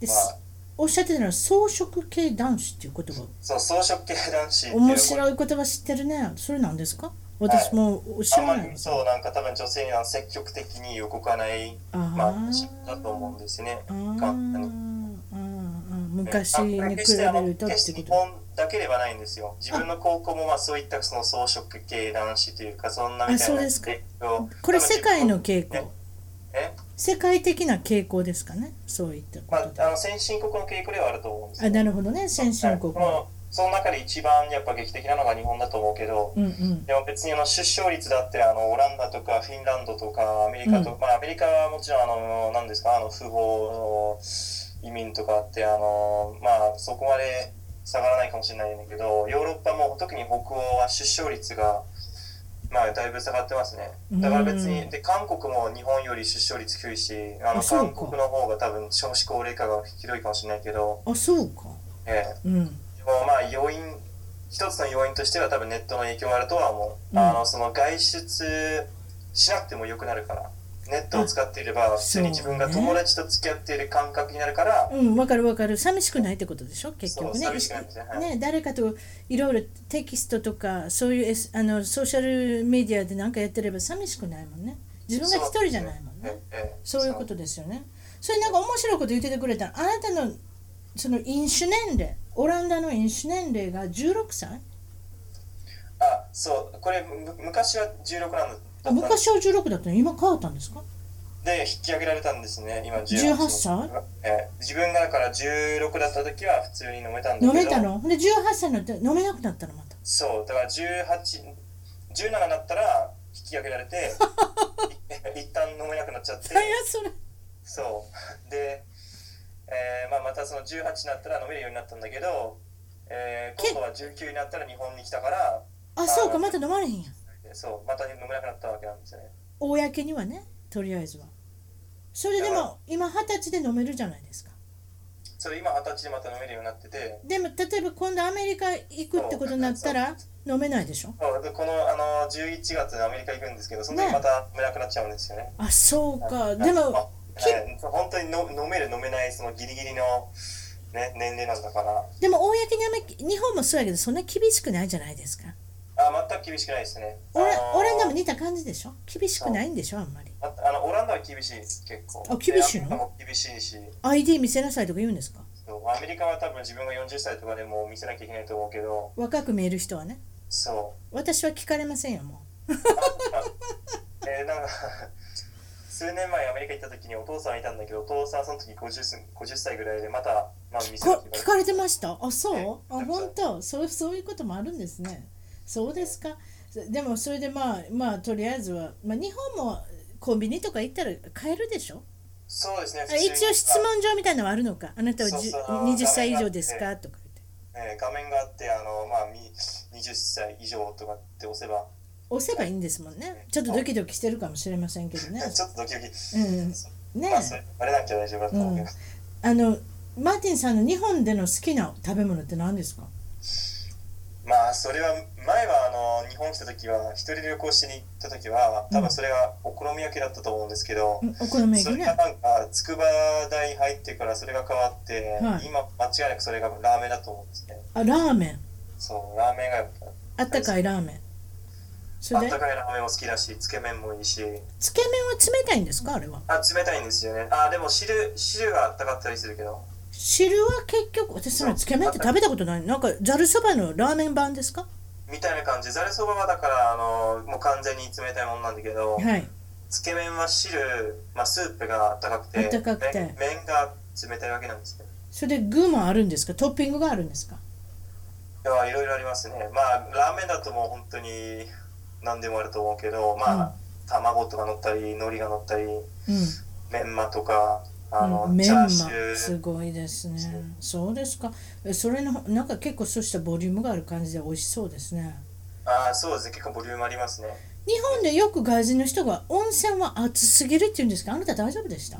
[SPEAKER 1] です
[SPEAKER 2] まあ、
[SPEAKER 1] おっしゃってたのは草食系男子っていう言葉
[SPEAKER 2] そう、草食系男子っていうのは
[SPEAKER 1] 面白い言葉知ってるねそれなんですか私も知
[SPEAKER 2] あん
[SPEAKER 1] ら
[SPEAKER 2] ま
[SPEAKER 1] ない
[SPEAKER 2] り、そう、なんか多分女性には積極的に動かない、
[SPEAKER 1] あー
[SPEAKER 2] まあ、だと思うんですね。
[SPEAKER 1] あー
[SPEAKER 2] 簡単に。
[SPEAKER 1] あー
[SPEAKER 2] あ
[SPEAKER 1] 昔
[SPEAKER 2] こ
[SPEAKER 1] に比
[SPEAKER 2] れ
[SPEAKER 1] べ
[SPEAKER 2] 決してあの
[SPEAKER 1] るとっ
[SPEAKER 2] 決してて
[SPEAKER 1] こ
[SPEAKER 2] 日
[SPEAKER 1] と
[SPEAKER 2] 本だけではないんですよ。自分の高校もまあそういったその草食系男子というかそんなみたいな
[SPEAKER 1] あそうですか
[SPEAKER 2] 影響
[SPEAKER 1] これ世界の傾
[SPEAKER 2] ね
[SPEAKER 1] 向
[SPEAKER 2] え
[SPEAKER 1] 世界的な傾向ですかねそういったこ
[SPEAKER 2] ま
[SPEAKER 1] とで、
[SPEAKER 2] ああの先進国の傾向ではあると思うんですよ
[SPEAKER 1] あ、なるほどね先進国
[SPEAKER 2] はいそのその中で一番やっぱ劇的なのが日本だと思うけど、
[SPEAKER 1] うんうん
[SPEAKER 2] でも別にあの出生率だってあのオランダとかフィンランドとかアメリカとか、まあ、アメリカはもちろんあの何ですかあの不法の移民とかあってあの、まあ、そこまで下がらないかもしれないんだけどヨーロッパも特に北欧は出生率が、まあ、だいぶ下がってますねだから別
[SPEAKER 1] う
[SPEAKER 2] に
[SPEAKER 1] ん
[SPEAKER 2] で韓国も日本より出生率低いしあの
[SPEAKER 1] あそう
[SPEAKER 2] 韓
[SPEAKER 1] か
[SPEAKER 2] 国の方が多分少子高齢化がひどいかもしれないけど。
[SPEAKER 1] あそうか
[SPEAKER 2] え
[SPEAKER 1] う
[SPEAKER 2] え
[SPEAKER 1] ん
[SPEAKER 2] でもまあ要因一つの要因としては多分ネットの影響があるとは思う、
[SPEAKER 1] うん
[SPEAKER 2] あのその外出しなくても良くなるからネットを使っていれば普通に自分が友達と付き合っている感覚になるから、
[SPEAKER 1] うんわかるわかる寂しくないってことでしょ結局ね
[SPEAKER 2] そう寂しくないですねはい
[SPEAKER 1] ね誰かといろいろテキストとかそういう S- あのソーシャルメディアで何かやってれば寂しくないもんね自分が一人じゃないもんね
[SPEAKER 2] ええ
[SPEAKER 1] そういうことですよね。それなんか面白いこと言っててくれたのあなたのその飲酒年齢オランダの飲酒年齢が16歳
[SPEAKER 2] あそうこれむ昔は16なんだったんです
[SPEAKER 1] 昔は16だったのに今変わったんですか
[SPEAKER 2] で引き上げられたんですね今
[SPEAKER 1] 18
[SPEAKER 2] 18
[SPEAKER 1] 歳
[SPEAKER 2] えー自分がだから16だった時は普通に飲めたんだけど
[SPEAKER 1] 飲めたのほんで18歳になって飲めなくなったのま た
[SPEAKER 2] そうだから1817になったら引き上げられ てい一旦飲めなくなっちゃって
[SPEAKER 1] 大変それ
[SPEAKER 2] そうで、えーまあ、またその18になったら飲めるようになったんだけど、えー
[SPEAKER 1] け
[SPEAKER 2] 今度は19になったら日本に来たから
[SPEAKER 1] あそうかまた飲まれへんやん
[SPEAKER 2] そうまた飲めなくなったわけなんですよね
[SPEAKER 1] 公にはねとりあえずはそれで
[SPEAKER 2] だか
[SPEAKER 1] も今二十歳で飲めるじゃないですか
[SPEAKER 2] それ今二十歳でまた飲めるようになってて
[SPEAKER 1] でも例えば今度アメリカ行くってことになったら飲めないでしょ
[SPEAKER 2] そうでこのあの11月にアメリカ行くんですけどその
[SPEAKER 1] ね
[SPEAKER 2] 時また飲めなくなっちゃうんですよね
[SPEAKER 1] あそうか
[SPEAKER 2] はい
[SPEAKER 1] で
[SPEAKER 2] あ
[SPEAKER 1] もき
[SPEAKER 2] はい本当にの飲める飲めないそのギリギリの、ね、年齢なんだから
[SPEAKER 1] でも公にあめ日本もそうやけどそんな厳しくないじゃないですか
[SPEAKER 2] あ全く厳しくないですね
[SPEAKER 1] オラ
[SPEAKER 2] あの
[SPEAKER 1] オランダも似た感じでしょ厳しくないんでしょあんまり
[SPEAKER 2] ああのオランダは厳しいです結構
[SPEAKER 1] あ厳しいの
[SPEAKER 2] でアメリカも厳しいし
[SPEAKER 1] ID 見せなさいとか言うんですか
[SPEAKER 2] そうアメリカは多分自分が40歳とかでも見せなきゃいけないと思うけど
[SPEAKER 1] 若く見える人はね
[SPEAKER 2] そ
[SPEAKER 1] 私は聞かれませんよも
[SPEAKER 2] うえーなんか 数年前アメリカ行った時にお父さんいたんだけどお父さんその時 50, す50歳ぐらいでまた、まあ、見
[SPEAKER 1] う
[SPEAKER 2] せなきゃ
[SPEAKER 1] こ
[SPEAKER 2] いけない
[SPEAKER 1] 聞かれてましたあそう
[SPEAKER 2] は
[SPEAKER 1] あ
[SPEAKER 2] い
[SPEAKER 1] 本当そうそういうこともあるんですねそうですかでもそれでまあまあとりあえずは、まあ、日本もコンビニとか行ったら買えるでしょ
[SPEAKER 2] そうですね
[SPEAKER 1] あ一応質問状みたいなのはあるのかあなたは
[SPEAKER 2] そう
[SPEAKER 1] じゅ
[SPEAKER 2] そう
[SPEAKER 1] 20歳以上ですかとか言って
[SPEAKER 2] えー画面があってあの、まあ、み20歳以上とかって押せば
[SPEAKER 1] 押せばいいんですもんねちょっとドキドキしてるかもしれませんけどね
[SPEAKER 2] ちょっとドキドキ、
[SPEAKER 1] うんね
[SPEAKER 2] まあ、それバレなきゃ大丈夫だと思うけど、
[SPEAKER 1] あのマーティンさんの日本での好きな食べ物って何ですか
[SPEAKER 2] まあそれは前はあの日本来た時は一人で旅行しに行った時は多分それがお好み焼きだったと思うんですけど、
[SPEAKER 1] うんお好み
[SPEAKER 2] そ
[SPEAKER 1] 焼き
[SPEAKER 2] れ
[SPEAKER 1] ね
[SPEAKER 2] がなんか筑波大入ってからそれが変わって、
[SPEAKER 1] はい
[SPEAKER 2] 今間違いなくそれがラーメンだと思うんですね
[SPEAKER 1] あラーメン
[SPEAKER 2] そうラーメンがやっぱ
[SPEAKER 1] あったかいラーメンそ
[SPEAKER 2] あ
[SPEAKER 1] れ
[SPEAKER 2] っ
[SPEAKER 1] で
[SPEAKER 2] たかいラーメンも好きだしつけ麺もいいし
[SPEAKER 1] つけ麺は冷たいんですかあれは
[SPEAKER 2] あ冷たいんですよねあでも汁汁があったかったりするけど
[SPEAKER 1] 汁は結局私そのつけ麺って食べたことないなんかざるそばのラーメン版ですか
[SPEAKER 2] みたいな感じざるそばはだからあのもう完全に冷たいもんなんだけど、
[SPEAKER 1] はい
[SPEAKER 2] つけ麺は汁、まあ、スープが温かくて
[SPEAKER 1] 温かくて
[SPEAKER 2] 麺麺が冷たいわけなんですね
[SPEAKER 1] それで具もあるんですかトッピングがあるんですか
[SPEAKER 2] いやいろいろありますねまあラーメンだともう本当に何でもあると思うけどまあ、卵とか乗ったり海苔が乗ったり
[SPEAKER 1] う
[SPEAKER 2] メンマとかあの、
[SPEAKER 1] ん、メ
[SPEAKER 2] チ
[SPEAKER 1] ン
[SPEAKER 2] ャ
[SPEAKER 1] マ
[SPEAKER 2] ーシュ
[SPEAKER 1] す
[SPEAKER 2] ー
[SPEAKER 1] ごいですねそうですかえそれのなんか結構そうしたボリュームがある感じで美味しそうですね
[SPEAKER 2] ああそうですね結構ボリュームありますね
[SPEAKER 1] 日本でよく外人の人が温泉は熱すぎるって言うんですけどあなた大丈夫でした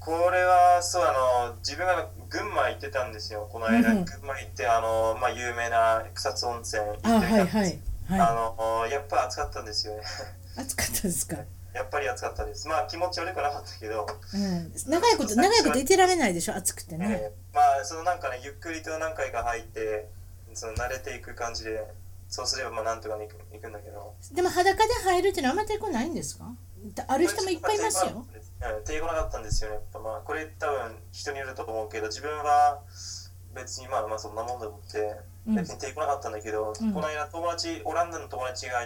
[SPEAKER 2] これはそうあの自分が群馬行ってたんですよこの間、
[SPEAKER 1] うんうん
[SPEAKER 2] 群馬行ってあの、まあ、有名な草津温泉行って
[SPEAKER 1] あ
[SPEAKER 2] みたんです
[SPEAKER 1] はいはいは
[SPEAKER 2] あのやっぱ暑かったんですよね
[SPEAKER 1] い暑かったですか、
[SPEAKER 2] やっぱり暑かったです。まあ気持ち悪くなかったけど、
[SPEAKER 1] うん、長いこと長いこといてられないでしょ暑くてね
[SPEAKER 2] えーまあそのなんかね、ゆっくりと何回か入って、その慣れていく感じで、そうすればまあなんとかに行くいくんだけど。
[SPEAKER 1] でも裸で入るっていうのはあんまり抵抗ないんですかある人もいっぱいいますよ。
[SPEAKER 2] うん、抵抗なかったんですよね。やっぱまあこれ多分人によると思うけど、自分は別にまあまあそんなもんだと思って、
[SPEAKER 1] うん
[SPEAKER 2] 別に抵抗なかったんだけど、
[SPEAKER 1] うん
[SPEAKER 2] この間友達、オランダの友達が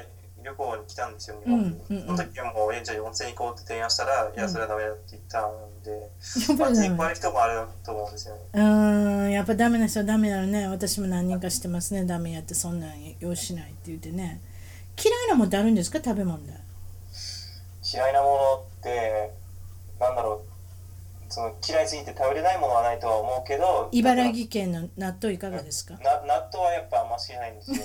[SPEAKER 2] 旅行に来たんですよ、日本に。
[SPEAKER 1] うんうんうん
[SPEAKER 2] その時はもう、えじゃあ温泉行こうって提案したら、いや、それはダメだって言ったんで。
[SPEAKER 1] やっ
[SPEAKER 2] ま
[SPEAKER 1] ぱ
[SPEAKER 2] あ、
[SPEAKER 1] りダ
[SPEAKER 2] 抵抗あ
[SPEAKER 1] メ
[SPEAKER 2] る人もあると思うんですよね。
[SPEAKER 1] うーんやっぱダメな人はダメなのね私も何人か知ってますねダメやってそんなん用しないって言ってね嫌いなもんってあるんですか食べ物で
[SPEAKER 2] 嫌いなものって、なんだろう、その嫌いすぎて食べれないものはないとは思うけど、
[SPEAKER 1] 茨城県の納豆いかがですか
[SPEAKER 2] な納豆はやっぱあんま好きじゃないんですよ。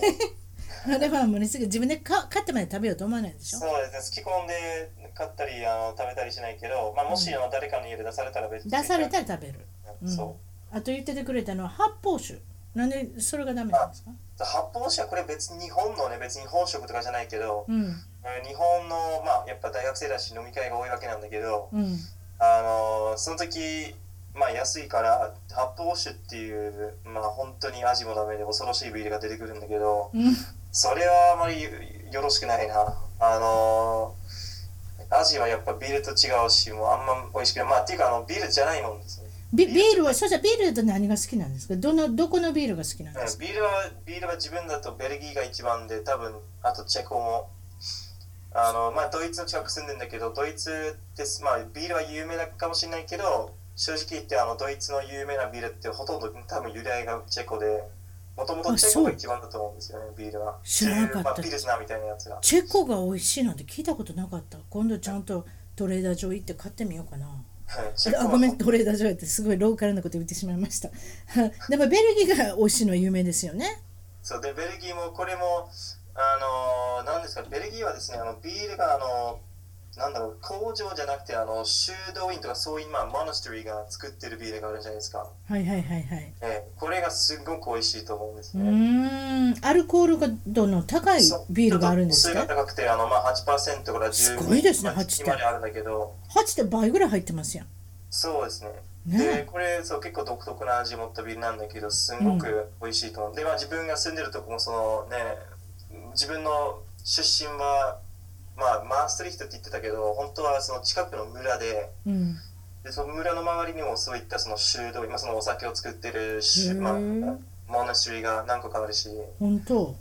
[SPEAKER 1] あれはもうねすぐ自分でか買ってまで食べようと思わないでしょ
[SPEAKER 2] そうですね、好き込んで買ったりあの食べたりしないけど、まあ、もし、あの誰かの家で出されたら別に。
[SPEAKER 1] 出されたら食べる、うん、
[SPEAKER 2] そ
[SPEAKER 1] あと言っててくれたのは発泡酒なんでそれがダメなんですか
[SPEAKER 2] う発泡酒はこれ別に日本のね別に本食とかじゃないけど、
[SPEAKER 1] うん
[SPEAKER 2] えー日本のまあやっぱ大学生だし飲み会が多いわけなんだけど、
[SPEAKER 1] うん
[SPEAKER 2] あのーその時まあ安いから発泡酒っていうまあ本当にアジもダメで恐ろしいビールが出てくるんだけど
[SPEAKER 1] うん
[SPEAKER 2] それはあまりよよろしくないなあのーアジはやっぱビールと違うしもうあんま美味しくないまあっていうかあのビールじゃないもんですね、
[SPEAKER 1] ビビールはそうじゃビールと何が好きなんですかどのどこのビールが好きなん
[SPEAKER 2] う
[SPEAKER 1] です
[SPEAKER 2] んビールはビールは自分だとベルギーが一番で多分あとチェコもあのまあ、ドイツの近く住んでんだけどドイツです、まあ、ビールは有名だかもしれないけど正直言ってあのドイツの有名なビールってほとんど多分由来がチェコでもともとチェコが一番だと思うんですよねビールは
[SPEAKER 1] 知らなかった
[SPEAKER 2] まあ、ピルスナーみたいなやつが
[SPEAKER 1] チェコが美味しいなんて聞いたことなかった今度ちゃんとトレーダー上行って買ってみようかな
[SPEAKER 2] はいチェコ
[SPEAKER 1] あ
[SPEAKER 2] は
[SPEAKER 1] ごめんトレーダー上ってすごいローカルなこと言ってしまいました でもベルギーが美味しいのは有名ですよね
[SPEAKER 2] そうでベルギーもこれもあのーなんですかベルギーはですねあのビールがあのなんだろう工場じゃなくてあの修道院とかそういうまあモナステリーが作ってるビールがあるじゃないですか、
[SPEAKER 1] はいはいはいはい
[SPEAKER 2] ええこれがすごく美味しいと思うんです
[SPEAKER 1] う
[SPEAKER 2] ね、
[SPEAKER 1] ーんアルコール度の高い
[SPEAKER 2] そう
[SPEAKER 1] ビールがあるんです
[SPEAKER 2] ちょっ
[SPEAKER 1] か
[SPEAKER 2] と度数が高くてあの、まあ、8%から10
[SPEAKER 1] すごいですね
[SPEAKER 2] まあ
[SPEAKER 1] 8%
[SPEAKER 2] まであるんだけど
[SPEAKER 1] 8点倍ぐらい入ってますやん
[SPEAKER 2] そうですねで
[SPEAKER 1] ね
[SPEAKER 2] これそう結構独特な味持ったビールなんだけどすごく美味しいと思う、で、まあ、自分が住んでるとこもそのね自分の出身は、まあ、マーストリヒトって言ってたけど本当はその近くの村で
[SPEAKER 1] うん
[SPEAKER 2] でその村の周りにもそういったその修道今そのお酒を作ってる
[SPEAKER 1] へ
[SPEAKER 2] し、
[SPEAKER 1] ー
[SPEAKER 2] まあ、モナストリーが何個かあるし、
[SPEAKER 1] 本当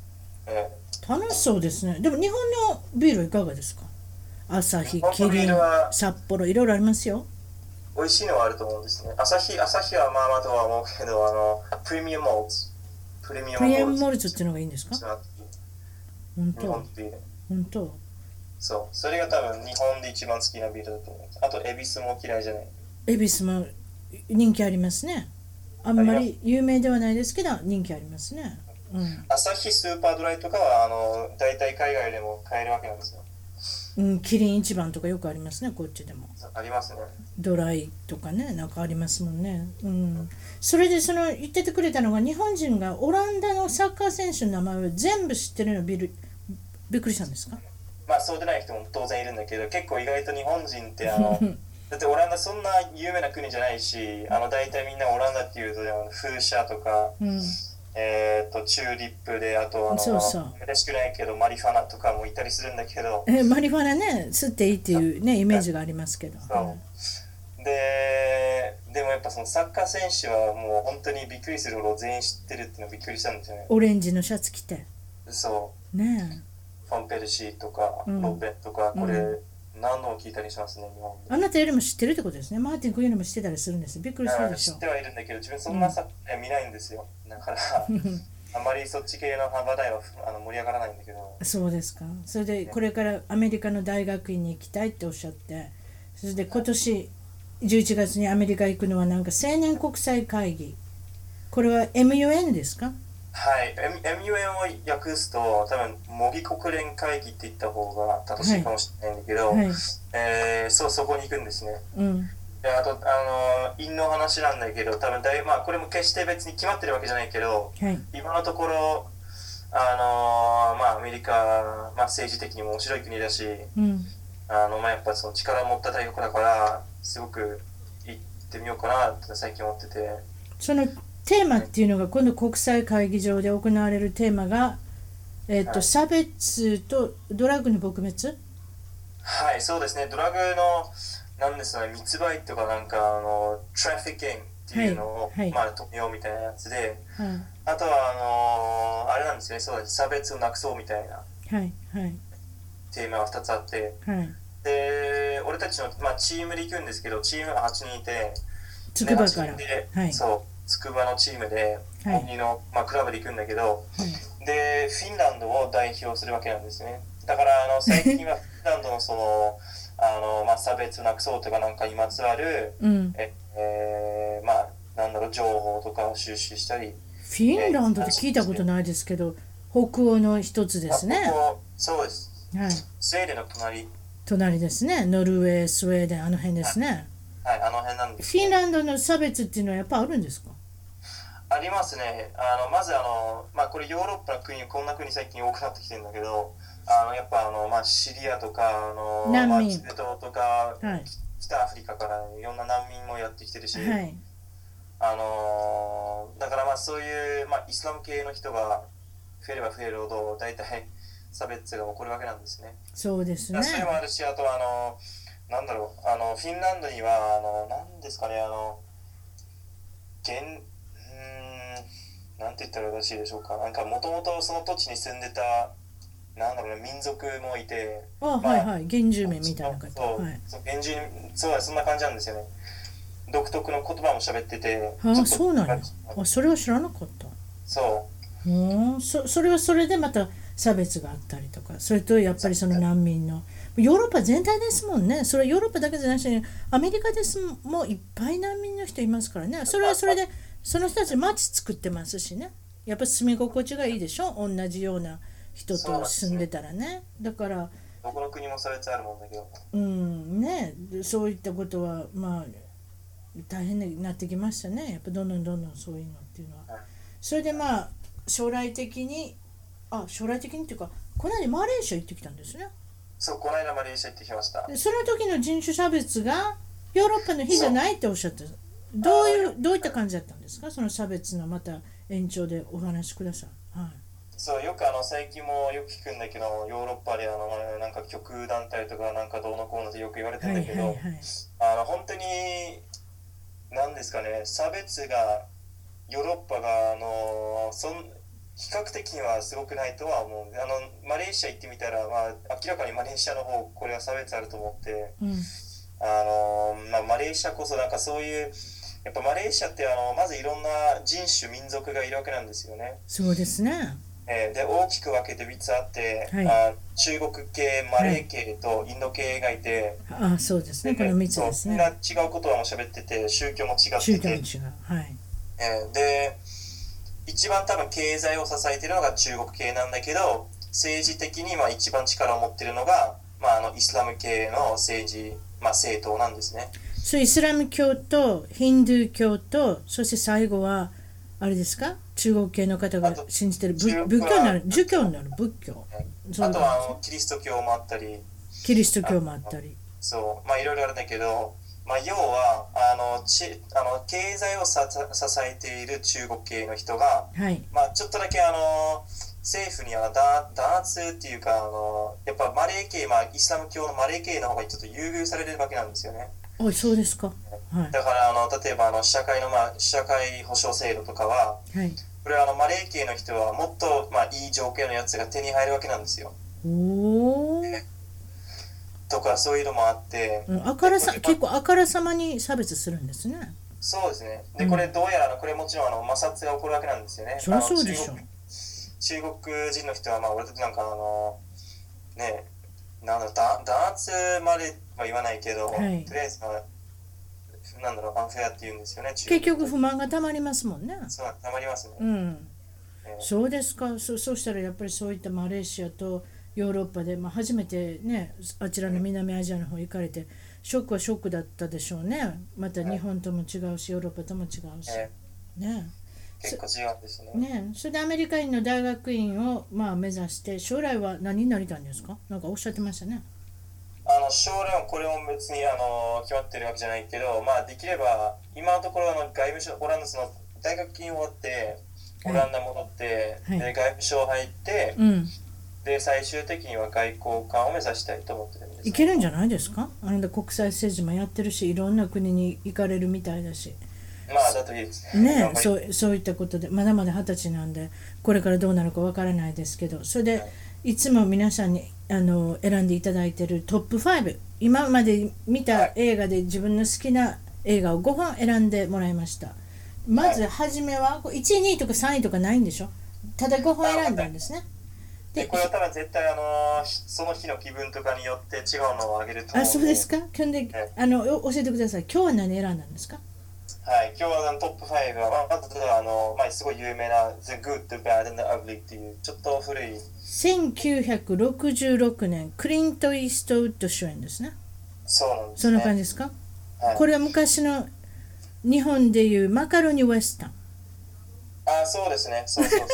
[SPEAKER 2] え
[SPEAKER 1] 楽しそうですねでも日本のビールいかがですか朝日
[SPEAKER 2] 日本
[SPEAKER 1] キ
[SPEAKER 2] のビ
[SPEAKER 1] リ
[SPEAKER 2] ー
[SPEAKER 1] ン
[SPEAKER 2] ルは
[SPEAKER 1] 札幌いろいろありますよ
[SPEAKER 2] え美味しいのはあると思うんですね朝日朝日はまあまあとは思うけどあのプレミアムモルツプレミア
[SPEAKER 1] プレミアム
[SPEAKER 2] ム
[SPEAKER 1] モ
[SPEAKER 2] モル
[SPEAKER 1] ル
[SPEAKER 2] ツ
[SPEAKER 1] ツっていうのがいいんですか本当
[SPEAKER 2] 日本のビール
[SPEAKER 1] 本当
[SPEAKER 2] そう、それが多分日本で一番好きなビールだと思う。あと、恵比寿も嫌いじゃない。
[SPEAKER 1] 恵比寿も人気ありますねあんま
[SPEAKER 2] あ
[SPEAKER 1] り有名ではないですけど人気ありますねうん
[SPEAKER 2] アサヒスーパードライとかは、あの、大体海外でも買えるわけなんですよ。
[SPEAKER 1] うん、キリン一番とかよくありますねこっちでも
[SPEAKER 2] ありますね。
[SPEAKER 1] ドライとかねなんかありますもんねうんそれでその言っててくれたのが日本人がオランダのサッカー選手の名前を全部知ってるのびるびっくりしたんですか
[SPEAKER 2] まあ、そうでない人も当然いるんだけど、結構意外と日本人って、あ の、だってオランダそんな有名な国じゃないし、あの、大体みんなオランダっていうと、風車とか、
[SPEAKER 1] うん
[SPEAKER 2] えー、と、チューリップで、あと、あの、
[SPEAKER 1] そうそう
[SPEAKER 2] 嬉しくないけど、マリファナとかもいたりするんだけど、
[SPEAKER 1] えマリファナね吸っていいっていうねイメージがありますけど、
[SPEAKER 2] そうででもやっぱそのサッカー選手はもう本当にびっくりするほど全員知ってるっていうのはびっくりしたんですよね。
[SPEAKER 1] オレンジのシャツ着て
[SPEAKER 2] そ
[SPEAKER 1] ね
[SPEAKER 2] う、ファンペルシーとか、
[SPEAKER 1] うん
[SPEAKER 2] ロペンとか、これ、
[SPEAKER 1] う
[SPEAKER 2] 何度も聞いたりしますね、日本
[SPEAKER 1] えあなたよりも知ってるってことですねマーティン君よりも知ってたりするんですびっくりする
[SPEAKER 2] で。
[SPEAKER 1] でし
[SPEAKER 2] 知
[SPEAKER 1] ょ
[SPEAKER 2] ってはいるんだけど、自分そんなサッカー見ないんですよ。だから、あまりそっち系の話題はあの盛り上がらないんだけど、
[SPEAKER 1] そうですかそれでこれからアメリカの大学院に行きたいっておっしゃってそれで今年11月にアメリカ行くのはなんか青年国際会議これは MUN ですか
[SPEAKER 2] はい、M- MUN を訳すと、多分模擬国連会議って言った方が正しいかもしれないんだけ
[SPEAKER 1] は
[SPEAKER 2] ど、
[SPEAKER 1] い、
[SPEAKER 2] えーそう、そこに行くんですね。
[SPEAKER 1] うん、
[SPEAKER 2] であとあの陰の話なんだけど多分だい、まあ、これも決して別に決まってるわけじゃないけど
[SPEAKER 1] はい
[SPEAKER 2] 今のところあの、まあ、アメリカ、まあ、政治的にも面白い国だし
[SPEAKER 1] うん
[SPEAKER 2] あの、まあ、やっぱその力を持った大国だからすごく行ってみようかなって最近思ってて
[SPEAKER 1] そのテーマっていうのが今度国際会議場で行われるテーマが、えっと
[SPEAKER 2] はい
[SPEAKER 1] 差別とドラッグの撲滅
[SPEAKER 2] はいそうですねドラッグのなんですかね密売とかなんかあのトラフィキングっていうのを、
[SPEAKER 1] はいはい
[SPEAKER 2] まあ、止めようみたいなやつで
[SPEAKER 1] は
[SPEAKER 2] あとはあのあれなんですよねそうです差別をなくそうみたいない
[SPEAKER 1] はいはい
[SPEAKER 2] テーマが2つあって。
[SPEAKER 1] はい
[SPEAKER 2] で俺たちの、まあ、チームで行くんですけどチームが8人いて
[SPEAKER 1] つくばか
[SPEAKER 2] で
[SPEAKER 1] ら
[SPEAKER 2] 八人で
[SPEAKER 1] はい
[SPEAKER 2] そうつくばのチームで
[SPEAKER 1] はい
[SPEAKER 2] 本気の、まあ、クラブで行くんだけど
[SPEAKER 1] はい
[SPEAKER 2] でフィンランドを代表するわけなんですねだから あの最近はフィンランドのそのあの、まあ、差別をなくそうとかなんかにまつわる
[SPEAKER 1] うん、フ
[SPEAKER 2] え、えーまあなんだろう情報とかを収集したり
[SPEAKER 1] ィンランドって聞いたことないですけど北欧の一つです
[SPEAKER 2] まあ
[SPEAKER 1] ね
[SPEAKER 2] ここそうです
[SPEAKER 1] はい
[SPEAKER 2] スウェーデンの隣
[SPEAKER 1] 隣ですねノルウェースウェーデンあの辺ですね
[SPEAKER 2] はいあの辺なんです
[SPEAKER 1] フィンランドの差別っていうのはやっぱあるんですか
[SPEAKER 2] ありますね。あのまずあの、まあ、これヨーロッパの国こんな国最近多くなってきてるんだけどあのやっぱあの、まあ、シリアとかあの、
[SPEAKER 1] 難民
[SPEAKER 2] まあ、チベトとか、
[SPEAKER 1] はい
[SPEAKER 2] 北アフリカからいろんな難民もやってきてるし、
[SPEAKER 1] はい
[SPEAKER 2] あのだからまあそういう、まあ、イスラム系の人が増えれば増えるほど大体差別が起こるわけなんですね。
[SPEAKER 1] そうですね
[SPEAKER 2] それもあるしあとあのなんだろうあのフィンランドにはあのなんですかねあの現うーんなんて言ったらよろしいでしょうかなんかもともとその土地に住んでたなんだろうね民族もいて
[SPEAKER 1] あはいはい原住民みたいな方
[SPEAKER 2] そう、
[SPEAKER 1] はい
[SPEAKER 2] そう原住民そうだそんな感じなんですよね独特の言葉も喋ってて
[SPEAKER 1] あ
[SPEAKER 2] ちょっと
[SPEAKER 1] そうなんやあそれは知らなかった
[SPEAKER 2] そう
[SPEAKER 1] ーんそそれはそれでまた差別があったりとかそれとやっぱりその難民のヨーロッパ全体ですもんねそれはヨーロッパだけじゃなしにアメリカですもういっぱい難民の人いますからねそれはそれでその人たち街作ってますしねやっぱ住み心地がいいでしょ同じような人と住んでたらねだから
[SPEAKER 2] うどこの国も差別あるもんだけど
[SPEAKER 1] うんねそういったことはまあ大変になってきましたねやっぱどんどんどんどんそういうのっていうのは。それでまあ将来的にあ将来的にっていうかこの間マレーシア行ってきたんですね。
[SPEAKER 2] そうこの間マレーシア行ってきました
[SPEAKER 1] でその時の人種差別がヨーロッパの日じゃないっておっしゃってどういうどういった感じだったんですかその差別のまた延長でお話しください。はい
[SPEAKER 2] そうよくあの最近もよく聞くんだけどヨーロッパであのあのなんか極右団体とかなんかどうのこうのってよく言われて
[SPEAKER 1] は
[SPEAKER 2] ん
[SPEAKER 1] いは
[SPEAKER 2] だけ
[SPEAKER 1] い
[SPEAKER 2] ど、
[SPEAKER 1] はい。
[SPEAKER 2] あの本当に何ですかね差別がヨーロッパがあのそん比較的にはすごくないとは思うあのマレーシア行ってみたら、まあ、明らかにマレーシアの方これは差別あると思って
[SPEAKER 1] うん
[SPEAKER 2] あの、まあ、マレーシアこそなんかそういうやっぱマレーシアってあのまずいろんな人種民族がいるわけなんですよね。
[SPEAKER 1] そうですね。
[SPEAKER 2] えーで大きく分けて3つあって、
[SPEAKER 1] はい
[SPEAKER 2] あ中国系マレー系とインド系がいて、
[SPEAKER 1] あそうですねこの3つです
[SPEAKER 2] そうみんな
[SPEAKER 1] ね。
[SPEAKER 2] 違うことはもう喋ってて宗教も違っ
[SPEAKER 1] 宗
[SPEAKER 2] て
[SPEAKER 1] 教の違
[SPEAKER 2] て
[SPEAKER 1] う。はい。
[SPEAKER 2] えーで一番多分経済を支えてるのが中国系なんだけど政治的にまあ一番力を持ってるのが、まあ、あのイスラム系の政治、まあ、政党なんですね。
[SPEAKER 1] そうイスラム教とヒンドゥー教とそして最後はあれですか中国系の方
[SPEAKER 2] あ
[SPEAKER 1] が
[SPEAKER 2] と
[SPEAKER 1] 信じてる
[SPEAKER 2] 中
[SPEAKER 1] 仏
[SPEAKER 2] 国
[SPEAKER 1] 仏教になる
[SPEAKER 2] は
[SPEAKER 1] 儒教になる仏教そうな
[SPEAKER 2] あ
[SPEAKER 1] んで
[SPEAKER 2] と
[SPEAKER 1] す
[SPEAKER 2] はあのキリスト教もあったり
[SPEAKER 1] キリスト教もあったり
[SPEAKER 2] そうまあいろいろあるんだけど、まあ、要はあのちあの経済をさ支えている中国系の人が、
[SPEAKER 1] はい
[SPEAKER 2] まあ、ちょっとだけあの政府にはだ弾圧っていうかあのやっぱマレー系、まあ、イスラム教のマレー系の方がちょっと優遇されてるわけなんですよね
[SPEAKER 1] おいそうですかは
[SPEAKER 2] だからあの例えばあの社会の、まあ、社会保障制度とかはい
[SPEAKER 1] はい
[SPEAKER 2] これはあのマレー系の人はもっと、まあ、いい条件のやつが手に入るわけなんですよ
[SPEAKER 1] おおー、
[SPEAKER 2] とかそういうのもあって
[SPEAKER 1] うん、あからさ結構あからさまに差別するんですね
[SPEAKER 2] そうですねでこれどうやらあのこれもちろんあの摩擦が起こるわけなんですよね
[SPEAKER 1] そりゃそうでし
[SPEAKER 2] あ
[SPEAKER 1] ょ
[SPEAKER 2] の中国中国人の人はまあ俺たちなんかあのねなんだろうだ弾圧までは言わないけど、
[SPEAKER 1] はい
[SPEAKER 2] とりあえずまあなんだろうアンフェアって言うんですよね中国
[SPEAKER 1] 結局不満がたまりますもんね
[SPEAKER 2] そうたまりますね、
[SPEAKER 1] うん
[SPEAKER 2] えー
[SPEAKER 1] そうですかそそうしたらやっぱりそういったマレーシアとヨーロッパで、まあ、初めてねあちらの南アジアの方行かれてショックはショックだったでしょうねまた日本とも違うしヨーロッパとも違うし
[SPEAKER 2] え
[SPEAKER 1] ね
[SPEAKER 2] ー結構違うんですね
[SPEAKER 1] ねそれでアメリカ人の大学院をまあ目指して将来は何になりたいんですかなんかおっしゃってましたね
[SPEAKER 2] あの将来はこれも別にあの決まってるわけじゃないけど、まあ、できれば今のところあの外務省オランダその大学院終わって
[SPEAKER 1] は
[SPEAKER 2] オ
[SPEAKER 1] い
[SPEAKER 2] ランダ戻って、
[SPEAKER 1] はい
[SPEAKER 2] で外務省入って、
[SPEAKER 1] うん
[SPEAKER 2] で最終的には外交官を目指したいと思ってるんです、
[SPEAKER 1] いけるんじゃないですかあなた国際政治もやってるしいろんな国に行かれるみたいだし
[SPEAKER 2] まあだといいです
[SPEAKER 1] ね
[SPEAKER 2] 頑張り
[SPEAKER 1] そうそういったことでまだまだ二十歳なんでこれからどうなるかわからないですけどそれでいつも皆さんにあの選んでいただいてるトップ5今まで見
[SPEAKER 2] は
[SPEAKER 1] た
[SPEAKER 2] い
[SPEAKER 1] 映画で自分の好きな映画を5本選んでもらいましたまず初めはこう1位2位とか3位とかないんでしょただ5本選んだんですね
[SPEAKER 2] で
[SPEAKER 1] で
[SPEAKER 2] これは多分絶対あのその日の気分とかによって違うのをあげると思う
[SPEAKER 1] あそうです
[SPEAKER 2] か
[SPEAKER 1] かほんで
[SPEAKER 2] い
[SPEAKER 1] あのお教えてください今日は何選んだんですか
[SPEAKER 2] はい今日はあのトップ5はまずあの、まあ、すごい有名な「The Good, the Bad and the Ugly」っていうちょっと古い
[SPEAKER 1] 1966年クリント・イーストウッド主演ですね
[SPEAKER 2] そうなんです
[SPEAKER 1] そん
[SPEAKER 2] ね
[SPEAKER 1] な感じですか
[SPEAKER 2] はい
[SPEAKER 1] これは昔の日本でいうマカロニウエスタン
[SPEAKER 2] あそうですねそうそうそう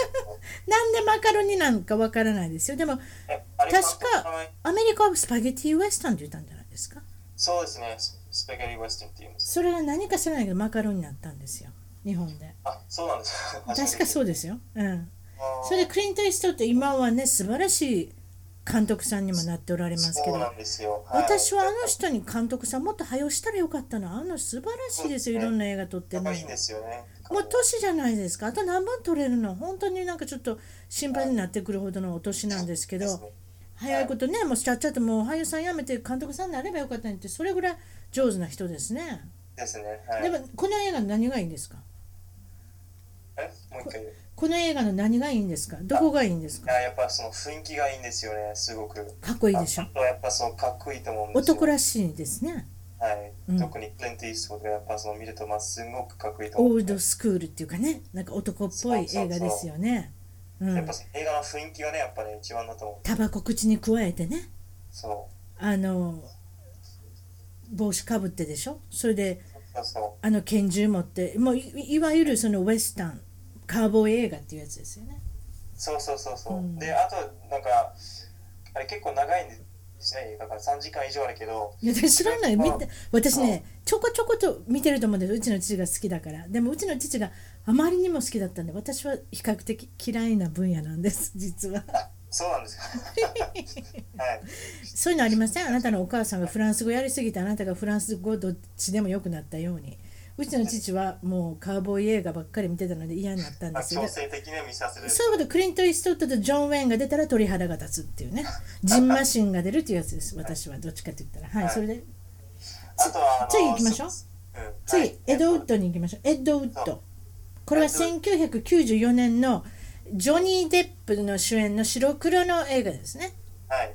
[SPEAKER 1] なんでマカロニなんかわからないですよでも
[SPEAKER 2] えあ れ
[SPEAKER 1] 確か
[SPEAKER 2] まあ
[SPEAKER 1] アメリカはスパゲティウエスタンって言ったんじゃないですか
[SPEAKER 2] そうですねススペゲリウエスティンって言うんです
[SPEAKER 1] それが何か知らないけどマカロニになったんですよ日本で
[SPEAKER 2] あそうなんです
[SPEAKER 1] 確かそううですようん
[SPEAKER 2] あー
[SPEAKER 1] それでクリント・イーストウッドって今はね素晴らしい監督さんにもなっておられますけ
[SPEAKER 2] そ
[SPEAKER 1] ど
[SPEAKER 2] うなんですよ、はい
[SPEAKER 1] 私はあの人に監督さんもっと早押したらよかったなあの人素晴らしいですよいろんな映画撮って
[SPEAKER 2] やっ
[SPEAKER 1] ね
[SPEAKER 2] ぱいいんですよね
[SPEAKER 1] もう年じゃないですかあと何本撮れるの本当になんかちょっと心配になってくるほどのお年なんですけ
[SPEAKER 2] で
[SPEAKER 1] ど
[SPEAKER 2] すね
[SPEAKER 1] 早いことねもうしちゃっちゃってもう俳優さん辞めて監督さんになればよかったねってそれぐらい上手な人ですね
[SPEAKER 2] ですねはい
[SPEAKER 1] でもこの映画の何がいいんですか
[SPEAKER 2] えもう一回言う
[SPEAKER 1] この映画の何がいいんですかどこがいいんです
[SPEAKER 2] い
[SPEAKER 1] か
[SPEAKER 2] ややっぱその雰囲気がいいんですよねすごく
[SPEAKER 1] かっこいい
[SPEAKER 2] あ
[SPEAKER 1] でしょ
[SPEAKER 2] 本当はやっぱそのかっこいいと思うんですよ
[SPEAKER 1] 男らしいですね
[SPEAKER 2] はい、
[SPEAKER 1] うん
[SPEAKER 2] 特にクレント・イーストウッドがやっぱその見るとまあすごくかっこいいと思
[SPEAKER 1] オー
[SPEAKER 2] う
[SPEAKER 1] ルドスクールっていうかねなんか男っぽい映画ですよねう
[SPEAKER 2] やっ
[SPEAKER 1] ん
[SPEAKER 2] ぱその映画の雰囲気がねやっぱね一番だと思う
[SPEAKER 1] タバコ口に加えてね
[SPEAKER 2] そ
[SPEAKER 1] あの帽子かぶってでしょそれで
[SPEAKER 2] うそうそ
[SPEAKER 1] あの拳銃持ってもういいわゆるそのウエスタンカーボーイ映画っていうやつですよね
[SPEAKER 2] うそうそうそうそう、
[SPEAKER 1] うん
[SPEAKER 2] であとなんかあれ結構長いんですねだから3時間以上あるけど
[SPEAKER 1] いや私知らない見て私ね
[SPEAKER 2] う
[SPEAKER 1] ちょこちょこと見てると思うんですうちの父が好きだからでもうちの父があまりにも好きだったんで私は比較的嫌いな分野なんです 実は
[SPEAKER 2] そうなんですか はい
[SPEAKER 1] そういうのありませんあなたのお母さんがフランス語やりすぎてあなたがフランス語どっちでも良くなったようにうちの父はもうカーボーイ映画ばっかり見てたので嫌になったん
[SPEAKER 2] ま
[SPEAKER 1] で
[SPEAKER 2] あ
[SPEAKER 1] すよ
[SPEAKER 2] 強制的に見させる
[SPEAKER 1] そういうことクリント・イーストウッドとジョン・ウェインが出たら鳥肌が立つっていうねジンマシンが出るっていうやつです私はどっちかって言ったらはい、
[SPEAKER 2] はい
[SPEAKER 1] それで
[SPEAKER 2] あとはあの
[SPEAKER 1] 次行きましょう
[SPEAKER 2] そうん
[SPEAKER 1] 次、
[SPEAKER 2] はい
[SPEAKER 1] エドウッドに行きましょうエドウッ
[SPEAKER 2] そ
[SPEAKER 1] ドこれは
[SPEAKER 2] エドウ
[SPEAKER 1] 1994年のジョニー・デップの主演の白黒の映画ですね
[SPEAKER 2] はい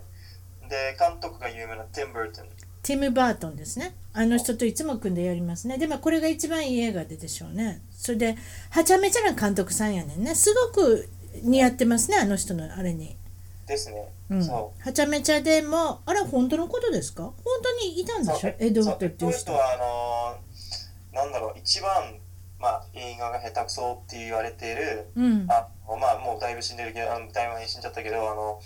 [SPEAKER 2] で監督が有名なティム・バートン
[SPEAKER 1] ティム・バートンですねあの人といつも組んでやりますねでもこれが一番いい映画ででしょうねそれではちゃめちゃな監督さんやねんねすごく似合ってますねあの人のあれに
[SPEAKER 2] ですね、
[SPEAKER 1] うん、
[SPEAKER 2] そう
[SPEAKER 1] はちゃめちゃでもあれ本当のことですか本当にいたんでし
[SPEAKER 2] そ
[SPEAKER 1] ょ
[SPEAKER 2] う
[SPEAKER 1] エドウッドっていう
[SPEAKER 2] そ
[SPEAKER 1] 人
[SPEAKER 2] エドウッドはあのーなんだろう一番、まあ、映画が下手くそって言われている、
[SPEAKER 1] うん
[SPEAKER 2] あまあもうだいぶ死んでるけどあのだいぶ前に死んじゃったけどあの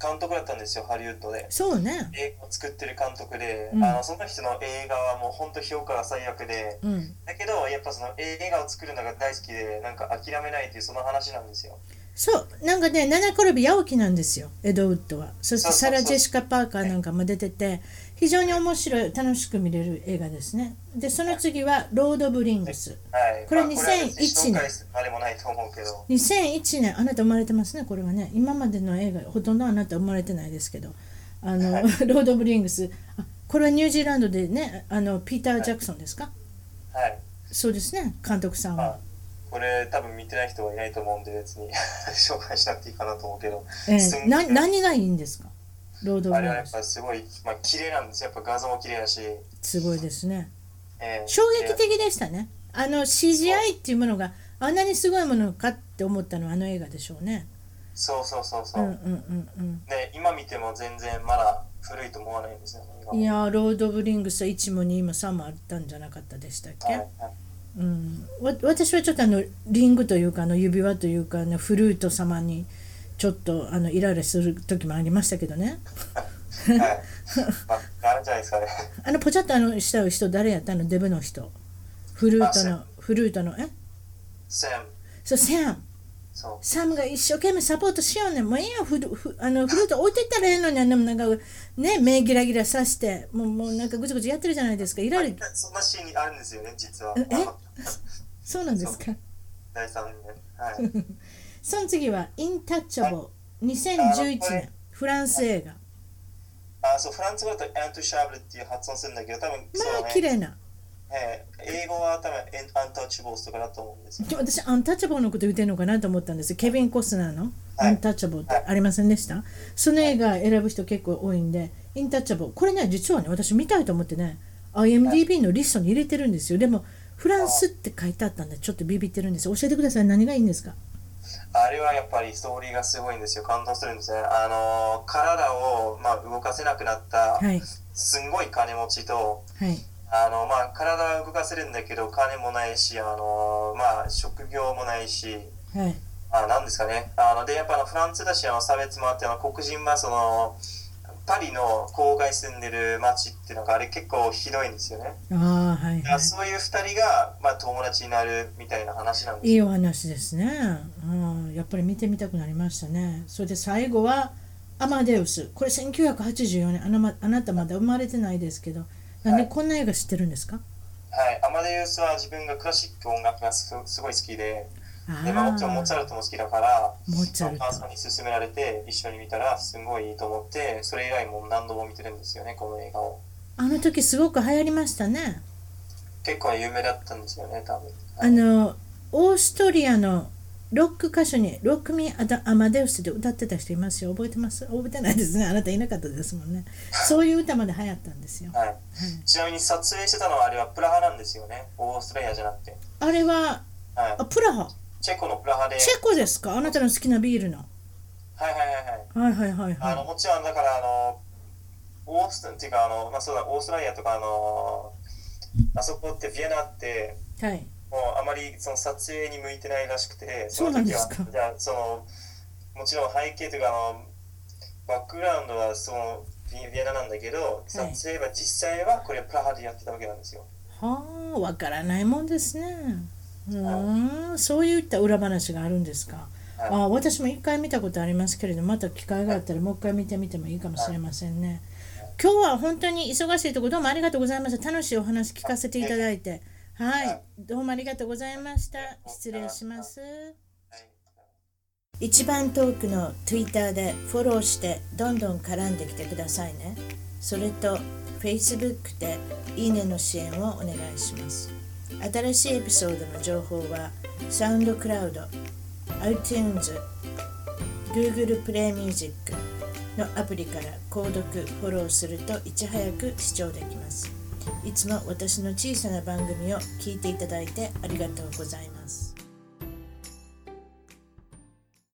[SPEAKER 2] 監督だったんですよハリウッドで
[SPEAKER 1] そうね
[SPEAKER 2] 映画を作ってる監督で、
[SPEAKER 1] うん
[SPEAKER 2] あのその人の映画はもう本当評価が最悪で
[SPEAKER 1] うん
[SPEAKER 2] だけどやっぱその映画を作るのが大好きでなんか諦めないっていうその話なんですよ
[SPEAKER 1] そうなんかね七転び八起きなんですよエドウッドはそして
[SPEAKER 2] そうそう
[SPEAKER 1] サ
[SPEAKER 2] そう
[SPEAKER 1] ラ・ジェシカ・パーカーなんかも出てて非常に面白い楽しく見れる映画ですねでその次は「ロード・ブリングス
[SPEAKER 2] はい
[SPEAKER 1] これ
[SPEAKER 2] まあ
[SPEAKER 1] 2001年
[SPEAKER 2] 紹介するあれもないと思うけど」
[SPEAKER 1] 2001年あなた生まれてますねこれはね今までの映画ほとんどあなた生まれてないですけどあの、
[SPEAKER 2] はい
[SPEAKER 1] ロード・ブリングスあこれはニュージーランドでねあのピーター・ジャクソンですか、
[SPEAKER 2] はい
[SPEAKER 1] そうですね監督さん
[SPEAKER 2] ま
[SPEAKER 1] は
[SPEAKER 2] あ、これ多分見てない人はいないと思うんで別に 紹介しなくていいかなと思うけど、
[SPEAKER 1] え
[SPEAKER 2] す
[SPEAKER 1] ー、
[SPEAKER 2] ん
[SPEAKER 1] な何がいいんですかロード・ブ
[SPEAKER 2] あ
[SPEAKER 1] リ
[SPEAKER 2] れ
[SPEAKER 1] ン
[SPEAKER 2] はや
[SPEAKER 1] グ
[SPEAKER 2] っ
[SPEAKER 1] ス
[SPEAKER 2] ぱすごい、まあ綺麗なんですよやっぱ画像も綺麗だし、
[SPEAKER 1] すごいですね
[SPEAKER 2] えー
[SPEAKER 1] 衝撃的でしたねあの CGI っていうものがあんなにすごいものかって思ったのはあの映画でしょうね
[SPEAKER 2] そうそうそう
[SPEAKER 1] う
[SPEAKER 2] そう、
[SPEAKER 1] んうんうんうん
[SPEAKER 2] で今見ても全然まだ古いと思わないんですよね今
[SPEAKER 1] いやーロード・ブリングスは1も2も3もあったんじゃなかったでしたっ
[SPEAKER 2] はい
[SPEAKER 1] け、
[SPEAKER 2] はい
[SPEAKER 1] うん、わ私はちょっとあのリングというかあの指輪というかあのフルート様にちょっとあのイライラする時もありましたけどね
[SPEAKER 2] はいまああるんじゃないですかね
[SPEAKER 1] あのポチャッとあのした人誰やったのデブの人フルートの
[SPEAKER 2] あ
[SPEAKER 1] フルートのえ
[SPEAKER 2] セム
[SPEAKER 1] そうセアム
[SPEAKER 2] そ
[SPEAKER 1] サムが一生懸命サポートしようねんもうええやんフルフあのフルート置いていったらええのにあんなもんなんかね目ギラギラさしてもうもうなんかぐちぐちやってるじゃないですかイ
[SPEAKER 2] う
[SPEAKER 1] ライラ
[SPEAKER 2] そんなシーンにあるんですよね実は
[SPEAKER 1] え
[SPEAKER 2] あの
[SPEAKER 1] そうなんですか
[SPEAKER 2] 第3年はい
[SPEAKER 1] その次は「インタッチャボー」2011
[SPEAKER 2] あこ
[SPEAKER 1] 年
[SPEAKER 2] れ
[SPEAKER 1] フランス映画
[SPEAKER 2] あそうフランス語だとアントシャブルっていう発音するんだけど多分そ
[SPEAKER 1] ま
[SPEAKER 2] うだ
[SPEAKER 1] あ
[SPEAKER 2] ね
[SPEAKER 1] 綺麗な
[SPEAKER 2] ええ英語は多分エンアンタッチボースとかだと思うんですよ。
[SPEAKER 1] でも私アンタッチャボーのこと言ってるのかなと思ったんですケビン・コスナーの「
[SPEAKER 2] はい
[SPEAKER 1] アンタッチャボー」ってありませんでしたその映画選ぶ人結構多いんで「インタッチャボー」これね実はね私見たいと思ってね IMDB のリストに入れてるんですよでもフランスって書いてあったんでちょっとビビってるんですよ教えてください何がいいんですか
[SPEAKER 2] あれはやっぱりストーリーがすごいんですよ。感動するんですね。あのー体を、まあ、動かせなくなった、
[SPEAKER 1] はい
[SPEAKER 2] すんごい金持ちと、
[SPEAKER 1] はい
[SPEAKER 2] あのまあ、体は動かせるんだけど、金もないし、あのーまあ、職業もないし、
[SPEAKER 1] はい
[SPEAKER 2] あなんですかね。あので、やっぱあのフランスだし、あの差別もあって、あの黒人はその、パリの郊外住んでる街っていうのがあれ結構ひどいんですよね。
[SPEAKER 1] ああはい
[SPEAKER 2] だか
[SPEAKER 1] は
[SPEAKER 2] らそういう二人が、まあ、友達になるみたいな話なんですよ
[SPEAKER 1] いいいお話ですね、うん、やっぱり見てみたくなりましたねそれで最後はアマデウスこれ1984年あの、ま、あなたまだ生まれてないですけどなんでこんな映画知ってるんですか、
[SPEAKER 2] はい、アマデウスは自分がクラシック音楽がすすごい好きで、
[SPEAKER 1] あ
[SPEAKER 2] でまあ、もちろんモーツァルトも好きだから、
[SPEAKER 1] モーツァルト
[SPEAKER 2] パーさんに勧められて、一緒に見たら、すごいいいと思って、それ以来もう何度も見てるんですよね、この映画を。
[SPEAKER 1] あの時すごく流行りましたね
[SPEAKER 2] 結構有名だったんですよね、多分。
[SPEAKER 1] あのオーストリアのロック歌手に「ロック・ミー・アダ・アマデウス」で歌ってた人いますよ覚えてます覚えてないですねあなたいなかったですもんねそういう歌まで流行ったんですよ
[SPEAKER 2] はい、ちなみに撮影してたのはあれはプラハなんですよね、オーストラリアじゃなくて。
[SPEAKER 1] あれは
[SPEAKER 2] はい
[SPEAKER 1] あプラハ
[SPEAKER 2] チェコのプラハで、
[SPEAKER 1] チェコですかあなたの好きなビールの
[SPEAKER 2] はいはいはいはい。
[SPEAKER 1] はいはいはい
[SPEAKER 2] あの
[SPEAKER 1] は
[SPEAKER 2] もちろんだからあのオーストンっていうかあのまあそうだオーストラリアとかあのあそこってビエナって
[SPEAKER 1] いはい
[SPEAKER 2] もうあまりその撮影に向いてないらしくて
[SPEAKER 1] そう
[SPEAKER 2] の
[SPEAKER 1] なん
[SPEAKER 2] 時
[SPEAKER 1] で
[SPEAKER 2] は
[SPEAKER 1] すか
[SPEAKER 2] じゃあそのもちろん背景というかあのバックグラウンドはそのビビエナなんだけど撮影は実際はこれプラハでやってたわけなんですよ。
[SPEAKER 1] はあわからないもんですねうーんそういった裏話があるんですか
[SPEAKER 2] はい
[SPEAKER 1] あ私も一回見たことありますけれどまた機会があったらもう一回見てみてもいいかもしれませんね今日は本当に忙しいところどうもありがとうございました楽しいお話聞かせていただいてはいどうもありがとうございました失礼します
[SPEAKER 2] はい
[SPEAKER 1] 一番遠くの Twitter でフォローしてどんどん絡んできてくださいねそれと Facebook でいいねの支援をお願いします新しいエピソードの情報はサウンドクラウド iTunes Google プレイミュージックのアプリから購読フォローするといち早く視聴できますいつも私の小さな番組を聞いていただいてありがとうございます